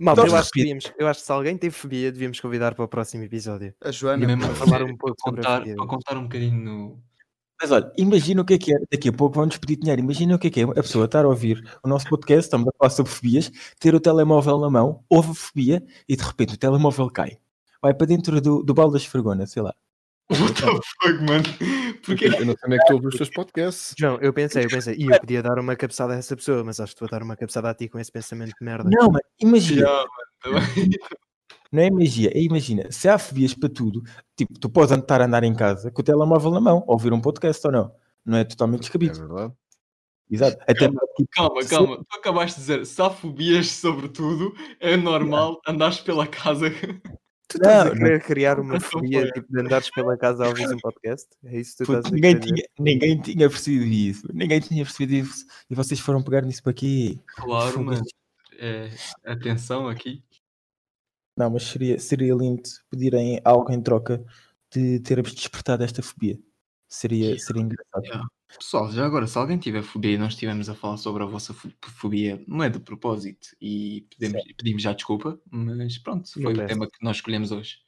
[SPEAKER 5] Malta,
[SPEAKER 1] Nós-
[SPEAKER 5] eu acho, que devíamos, eu acho que se alguém tem fobia, devíamos convidar para o próximo episódio.
[SPEAKER 4] A Joana.
[SPEAKER 3] Mesmo
[SPEAKER 5] Para
[SPEAKER 3] a
[SPEAKER 5] falar
[SPEAKER 3] sério,
[SPEAKER 5] um pouco
[SPEAKER 3] para
[SPEAKER 5] sobre a
[SPEAKER 3] contar,
[SPEAKER 5] fobia.
[SPEAKER 3] para contar um bocadinho no.
[SPEAKER 1] Mas olha, imagina o que é que é. Daqui a pouco vão-nos pedir dinheiro. Imagina o que é que é a pessoa estar a ouvir o nosso podcast, estamos a falar sobre fobias, ter o telemóvel na mão, ouve a fobia e de repente o telemóvel cai. Vai para dentro do, do balde da esfregona, sei lá.
[SPEAKER 3] What the fuck, mano? Porque
[SPEAKER 2] Eu não sei onde é que tu ouves os teus podcasts.
[SPEAKER 5] João, eu pensei, eu pensei, e eu podia dar uma cabeçada a essa pessoa, mas acho que vou dar uma cabeçada a ti com esse pensamento de
[SPEAKER 4] Tá
[SPEAKER 5] merda.
[SPEAKER 1] Não, mas imagina,
[SPEAKER 3] Yeah, mano, também.
[SPEAKER 1] não é magia, é imagina. Se há fobias para tudo, tipo, tu podes estar a andar em casa com o telemóvel na mão, ouvir um podcast ou não. Não é totalmente
[SPEAKER 2] É
[SPEAKER 1] descabido.
[SPEAKER 2] verdade.
[SPEAKER 1] Exato. Até tipo,
[SPEAKER 3] calma,
[SPEAKER 1] Sim.
[SPEAKER 3] calma. Tu acabaste de dizer, se há fobias sobre tudo, é normal andares pela casa.
[SPEAKER 5] Tu estás a
[SPEAKER 1] Não,
[SPEAKER 5] querer criar uma
[SPEAKER 3] Não
[SPEAKER 5] fobia
[SPEAKER 3] foi.
[SPEAKER 5] tipo, de andares pela casa a ouvir um podcast? É isso que tu
[SPEAKER 1] Puto,
[SPEAKER 5] estás a
[SPEAKER 1] ninguém,
[SPEAKER 5] querer dizer?
[SPEAKER 1] tinha, ninguém tinha percebido isso. Ninguém tinha percebido isso. E vocês foram pegar nisso para aqui.
[SPEAKER 3] Claro,
[SPEAKER 1] Fogo.
[SPEAKER 3] mano. É, atenção aqui.
[SPEAKER 1] Não, mas seria, seria lindo pedirem algo em troca de termos despertado esta fobia. Seria, seria engraçado.
[SPEAKER 3] Yeah. Pessoal, já agora, se alguém tiver fobia e nós estivemos a falar sobre a vossa fo- fobia, não é de propósito e pedimos, pedimos já desculpa, mas pronto, foi o
[SPEAKER 5] Acontece.
[SPEAKER 3] tema que nós escolhemos hoje.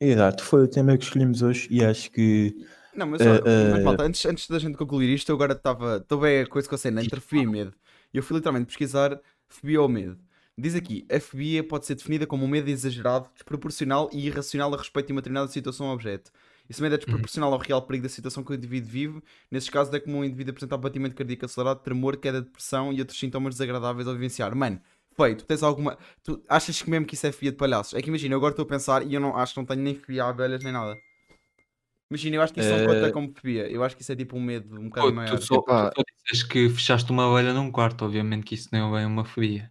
[SPEAKER 1] Exato, foi o tema que escolhemos hoje e acho que.
[SPEAKER 4] Não, mas,
[SPEAKER 1] Eh,
[SPEAKER 4] olha, mas
[SPEAKER 1] eh,
[SPEAKER 4] malta, antes, antes da gente concluir isto, eu agora estava. Estou bem a coisa com a cena entre fobia e medo. E eu fui literalmente pesquisar fobia ou medo. Diz aqui: a fobia pode ser definida como um medo exagerado, desproporcional e irracional a respeito de uma determinada situação ou objeto. Esse
[SPEAKER 1] Uhum.
[SPEAKER 4] medo é desproporcional ao real perigo da situação que o indivíduo vive. Nesses casos, é comum o indivíduo apresentar batimento cardíaco acelerado, tremor, queda de pressão e outros sintomas desagradáveis ao vivenciar. Mano, feio, tu tens alguma. Tu achas que mesmo que isso é fobia de palhaços? É que imagina, eu agora estou a pensar e eu não acho que não tenho nem fobia a abelhas nem nada. Imagina, eu acho que isso não conta
[SPEAKER 1] Eh,
[SPEAKER 4] como fobia. Eu acho que isso é tipo um medo um
[SPEAKER 3] Pô,
[SPEAKER 4] bocado maior.
[SPEAKER 3] tu, só, tu
[SPEAKER 2] Epá.
[SPEAKER 3] só disseste que fechaste uma abelha num quarto, obviamente que isso não é bem uma fobia.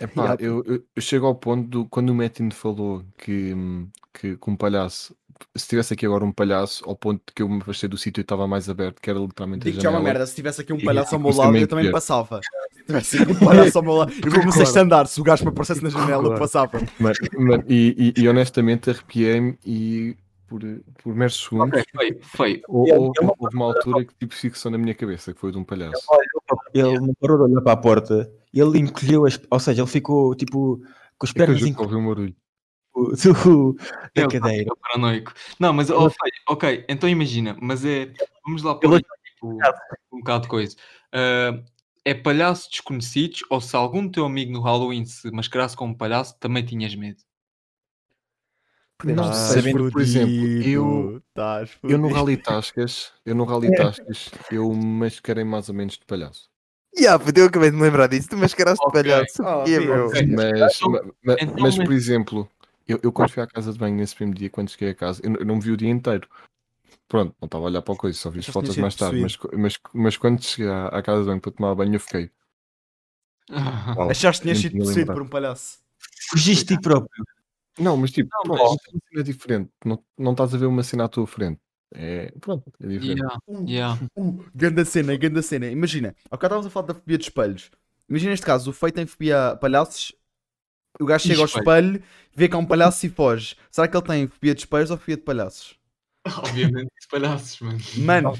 [SPEAKER 2] Epá, eu, eu- eu chego ao ponto do, quando o Metin falou que, hum, que, que um palhaço, se tivesse aqui agora um palhaço, ao ponto de que eu me afastei do sítio e estava mais aberto, que era literalmente a
[SPEAKER 4] Digo que é uma
[SPEAKER 2] janela.
[SPEAKER 4] merda, se tivesse aqui um
[SPEAKER 2] E-
[SPEAKER 4] palhaço ao
[SPEAKER 2] e
[SPEAKER 4] meu
[SPEAKER 2] custa
[SPEAKER 4] lado, eu
[SPEAKER 2] muito
[SPEAKER 4] também
[SPEAKER 2] dinheiro.
[SPEAKER 4] passava. Se tivesse aqui um palhaço ao meu lado, eu vou no sexto andar, se o gajo me aparecesse na janela, eu
[SPEAKER 5] Concordo.
[SPEAKER 4] passava.
[SPEAKER 2] Mas- mas- e, e- e honestamente arrepiei-me e por, por meros segundos
[SPEAKER 3] Foi, foi.
[SPEAKER 2] hou-
[SPEAKER 1] É- é
[SPEAKER 2] houve,
[SPEAKER 1] uma-
[SPEAKER 2] houve uma altura que tipo fixou na minha cabeça, que foi de um palhaço.
[SPEAKER 1] Ele não parou de olhar para a porta, ele encolheu, as, ou seja, ele ficou tipo com as
[SPEAKER 2] É que eu
[SPEAKER 1] pernas
[SPEAKER 2] juro que
[SPEAKER 1] encolhidas
[SPEAKER 2] ouvi um barulho.
[SPEAKER 1] do- da
[SPEAKER 3] Eu,
[SPEAKER 1] cadeira.
[SPEAKER 3] eu paranoico. Não, mas ó, foi, ok, então imagina, mas é. Vamos lá para
[SPEAKER 1] vou-
[SPEAKER 3] tipo, um bocado de coisa. Ah, é palhaço desconhecidos, ou se algum teu amigo no Halloween se mascarasse como palhaço, também tinhas medo.
[SPEAKER 2] Não
[SPEAKER 5] Estás
[SPEAKER 2] sei, porque, por exemplo, eu,
[SPEAKER 4] Estás
[SPEAKER 2] eu no Rally Tascas, eu no Rally Tascas, eu me mascarei mais ou menos de palhaço.
[SPEAKER 5] Ya, puto, eu acabei de me lembrar disso. Tu mascaraste de
[SPEAKER 3] Ok.
[SPEAKER 5] palhaço.
[SPEAKER 4] Ah,
[SPEAKER 5] Fobia,
[SPEAKER 4] sim,
[SPEAKER 5] Oh, meu.
[SPEAKER 3] ok.
[SPEAKER 2] Mas,
[SPEAKER 3] Então-
[SPEAKER 2] ma- ma-
[SPEAKER 3] então,
[SPEAKER 2] mas,
[SPEAKER 3] mas-
[SPEAKER 2] por exemplo, eu, eu quando fui à casa de banho nesse primeiro dia, quando cheguei a casa, eu, n- eu não me vi o dia inteiro. Pronto, não estava a olhar para a coisa, só vi as
[SPEAKER 4] Achaste que
[SPEAKER 2] fotos
[SPEAKER 4] tinha
[SPEAKER 2] mais
[SPEAKER 4] sido
[SPEAKER 2] tarde. Mas, co- mas, mas quando cheguei à, à casa de banho para tomar banho, eu fiquei. "Uau".
[SPEAKER 4] Achaste que tinhas
[SPEAKER 2] Nem
[SPEAKER 4] sido
[SPEAKER 2] tinha
[SPEAKER 4] possuído
[SPEAKER 2] lembrado.
[SPEAKER 4] por um palhaço.
[SPEAKER 1] Fugiste de ti próprio.
[SPEAKER 2] Não, mas tipo,
[SPEAKER 3] Não,
[SPEAKER 2] pronto,
[SPEAKER 3] mas-
[SPEAKER 2] isto é uma cena diferente. Não, não estás a ver uma cena à tua frente. É, pronto, é diferente.
[SPEAKER 3] Yeah, yeah.
[SPEAKER 4] Uh, ganda cena, ganda cena. Imagina, ao bocado estávamos a falar da fobia de espelhos. Imagina neste caso, o feio tem fobia a palhaços, O gajo chega ao
[SPEAKER 3] espelho?
[SPEAKER 4] espelho, vê que há um palhaço e foge. Será que ele tem fobia de espelhos ou fobia de palhaços?
[SPEAKER 3] Obviamente, esse palhaços, mano.
[SPEAKER 4] Mano, mano,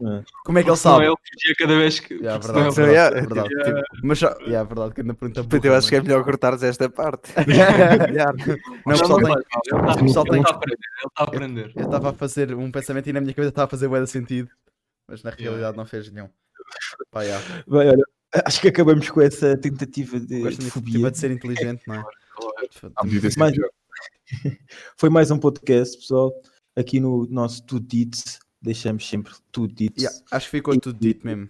[SPEAKER 1] Mano,
[SPEAKER 4] como é que ele
[SPEAKER 3] Senão
[SPEAKER 4] sabe?
[SPEAKER 3] ele fugia cada vez que.
[SPEAKER 4] Yeah, é
[SPEAKER 3] porque
[SPEAKER 4] verdade,
[SPEAKER 5] Sim,
[SPEAKER 3] senão é ele-
[SPEAKER 5] yeah,
[SPEAKER 4] verdade, verdade, tipo, mas só- yeah, é verdade que ainda pergunta
[SPEAKER 5] Portanto, eu acho que é melhor cortares esta parte. Olhar.
[SPEAKER 4] Não,
[SPEAKER 3] Não,
[SPEAKER 4] pessoal,
[SPEAKER 3] não,
[SPEAKER 4] tem-
[SPEAKER 3] ele tá-
[SPEAKER 4] o pessoal
[SPEAKER 3] ele
[SPEAKER 4] tem-
[SPEAKER 3] tá a aprender, ele está a aprender.
[SPEAKER 4] eu estava a fazer um pensamento e na minha cabeça estava a fazer bué de sentido, mas na
[SPEAKER 3] Yeah.
[SPEAKER 4] realidade não fez nenhum. Pá, yeah.
[SPEAKER 1] bem, olha, acho que acabamos com essa tentativa de,
[SPEAKER 4] Gosto
[SPEAKER 1] de
[SPEAKER 4] de,
[SPEAKER 1] fobia.
[SPEAKER 4] tipo, de ser inteligente, não é?
[SPEAKER 2] Podia ter sido
[SPEAKER 1] Mas-
[SPEAKER 2] é pior.
[SPEAKER 1] Foi mais um podcast, pessoal. Aqui no nosso Tudo Dito. Deixamos sempre tudo dito.
[SPEAKER 4] Yeah, acho que ficou tudo dito mesmo.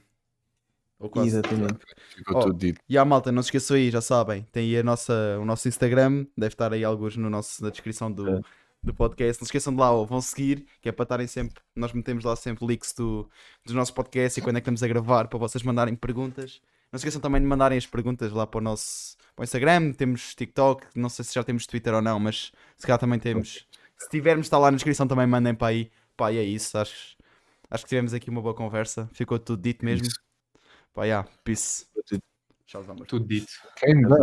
[SPEAKER 4] Ou quase.
[SPEAKER 1] Exatamente.
[SPEAKER 2] Ficou
[SPEAKER 4] Oh.
[SPEAKER 2] tudo dito.
[SPEAKER 4] E a malta, não se esqueçam aí, já sabem. Tem aí a nossa, o nosso Instagram, deve estar aí alguns no nosso, na descrição do,
[SPEAKER 1] É.
[SPEAKER 4] do podcast. Não se esqueçam de lá, ó, vão seguir, que é para estarem sempre. Nós metemos lá sempre links do, dos nossos podcasts e quando é que estamos a gravar, para vocês mandarem perguntas. Não se esqueçam também de mandarem as perguntas lá para o nosso para o Instagram. Temos TikTok, não sei se já temos Twitter ou não, mas se calhar também temos. Se tivermos, está lá na descrição também, mandem para aí. Pá, e é isso, acho, acho que tivemos aqui uma boa conversa. Ficou tudo dito mesmo. Pá, yeah, peace. Tchau, amor.
[SPEAKER 3] Tudo dito.
[SPEAKER 2] Quem dá?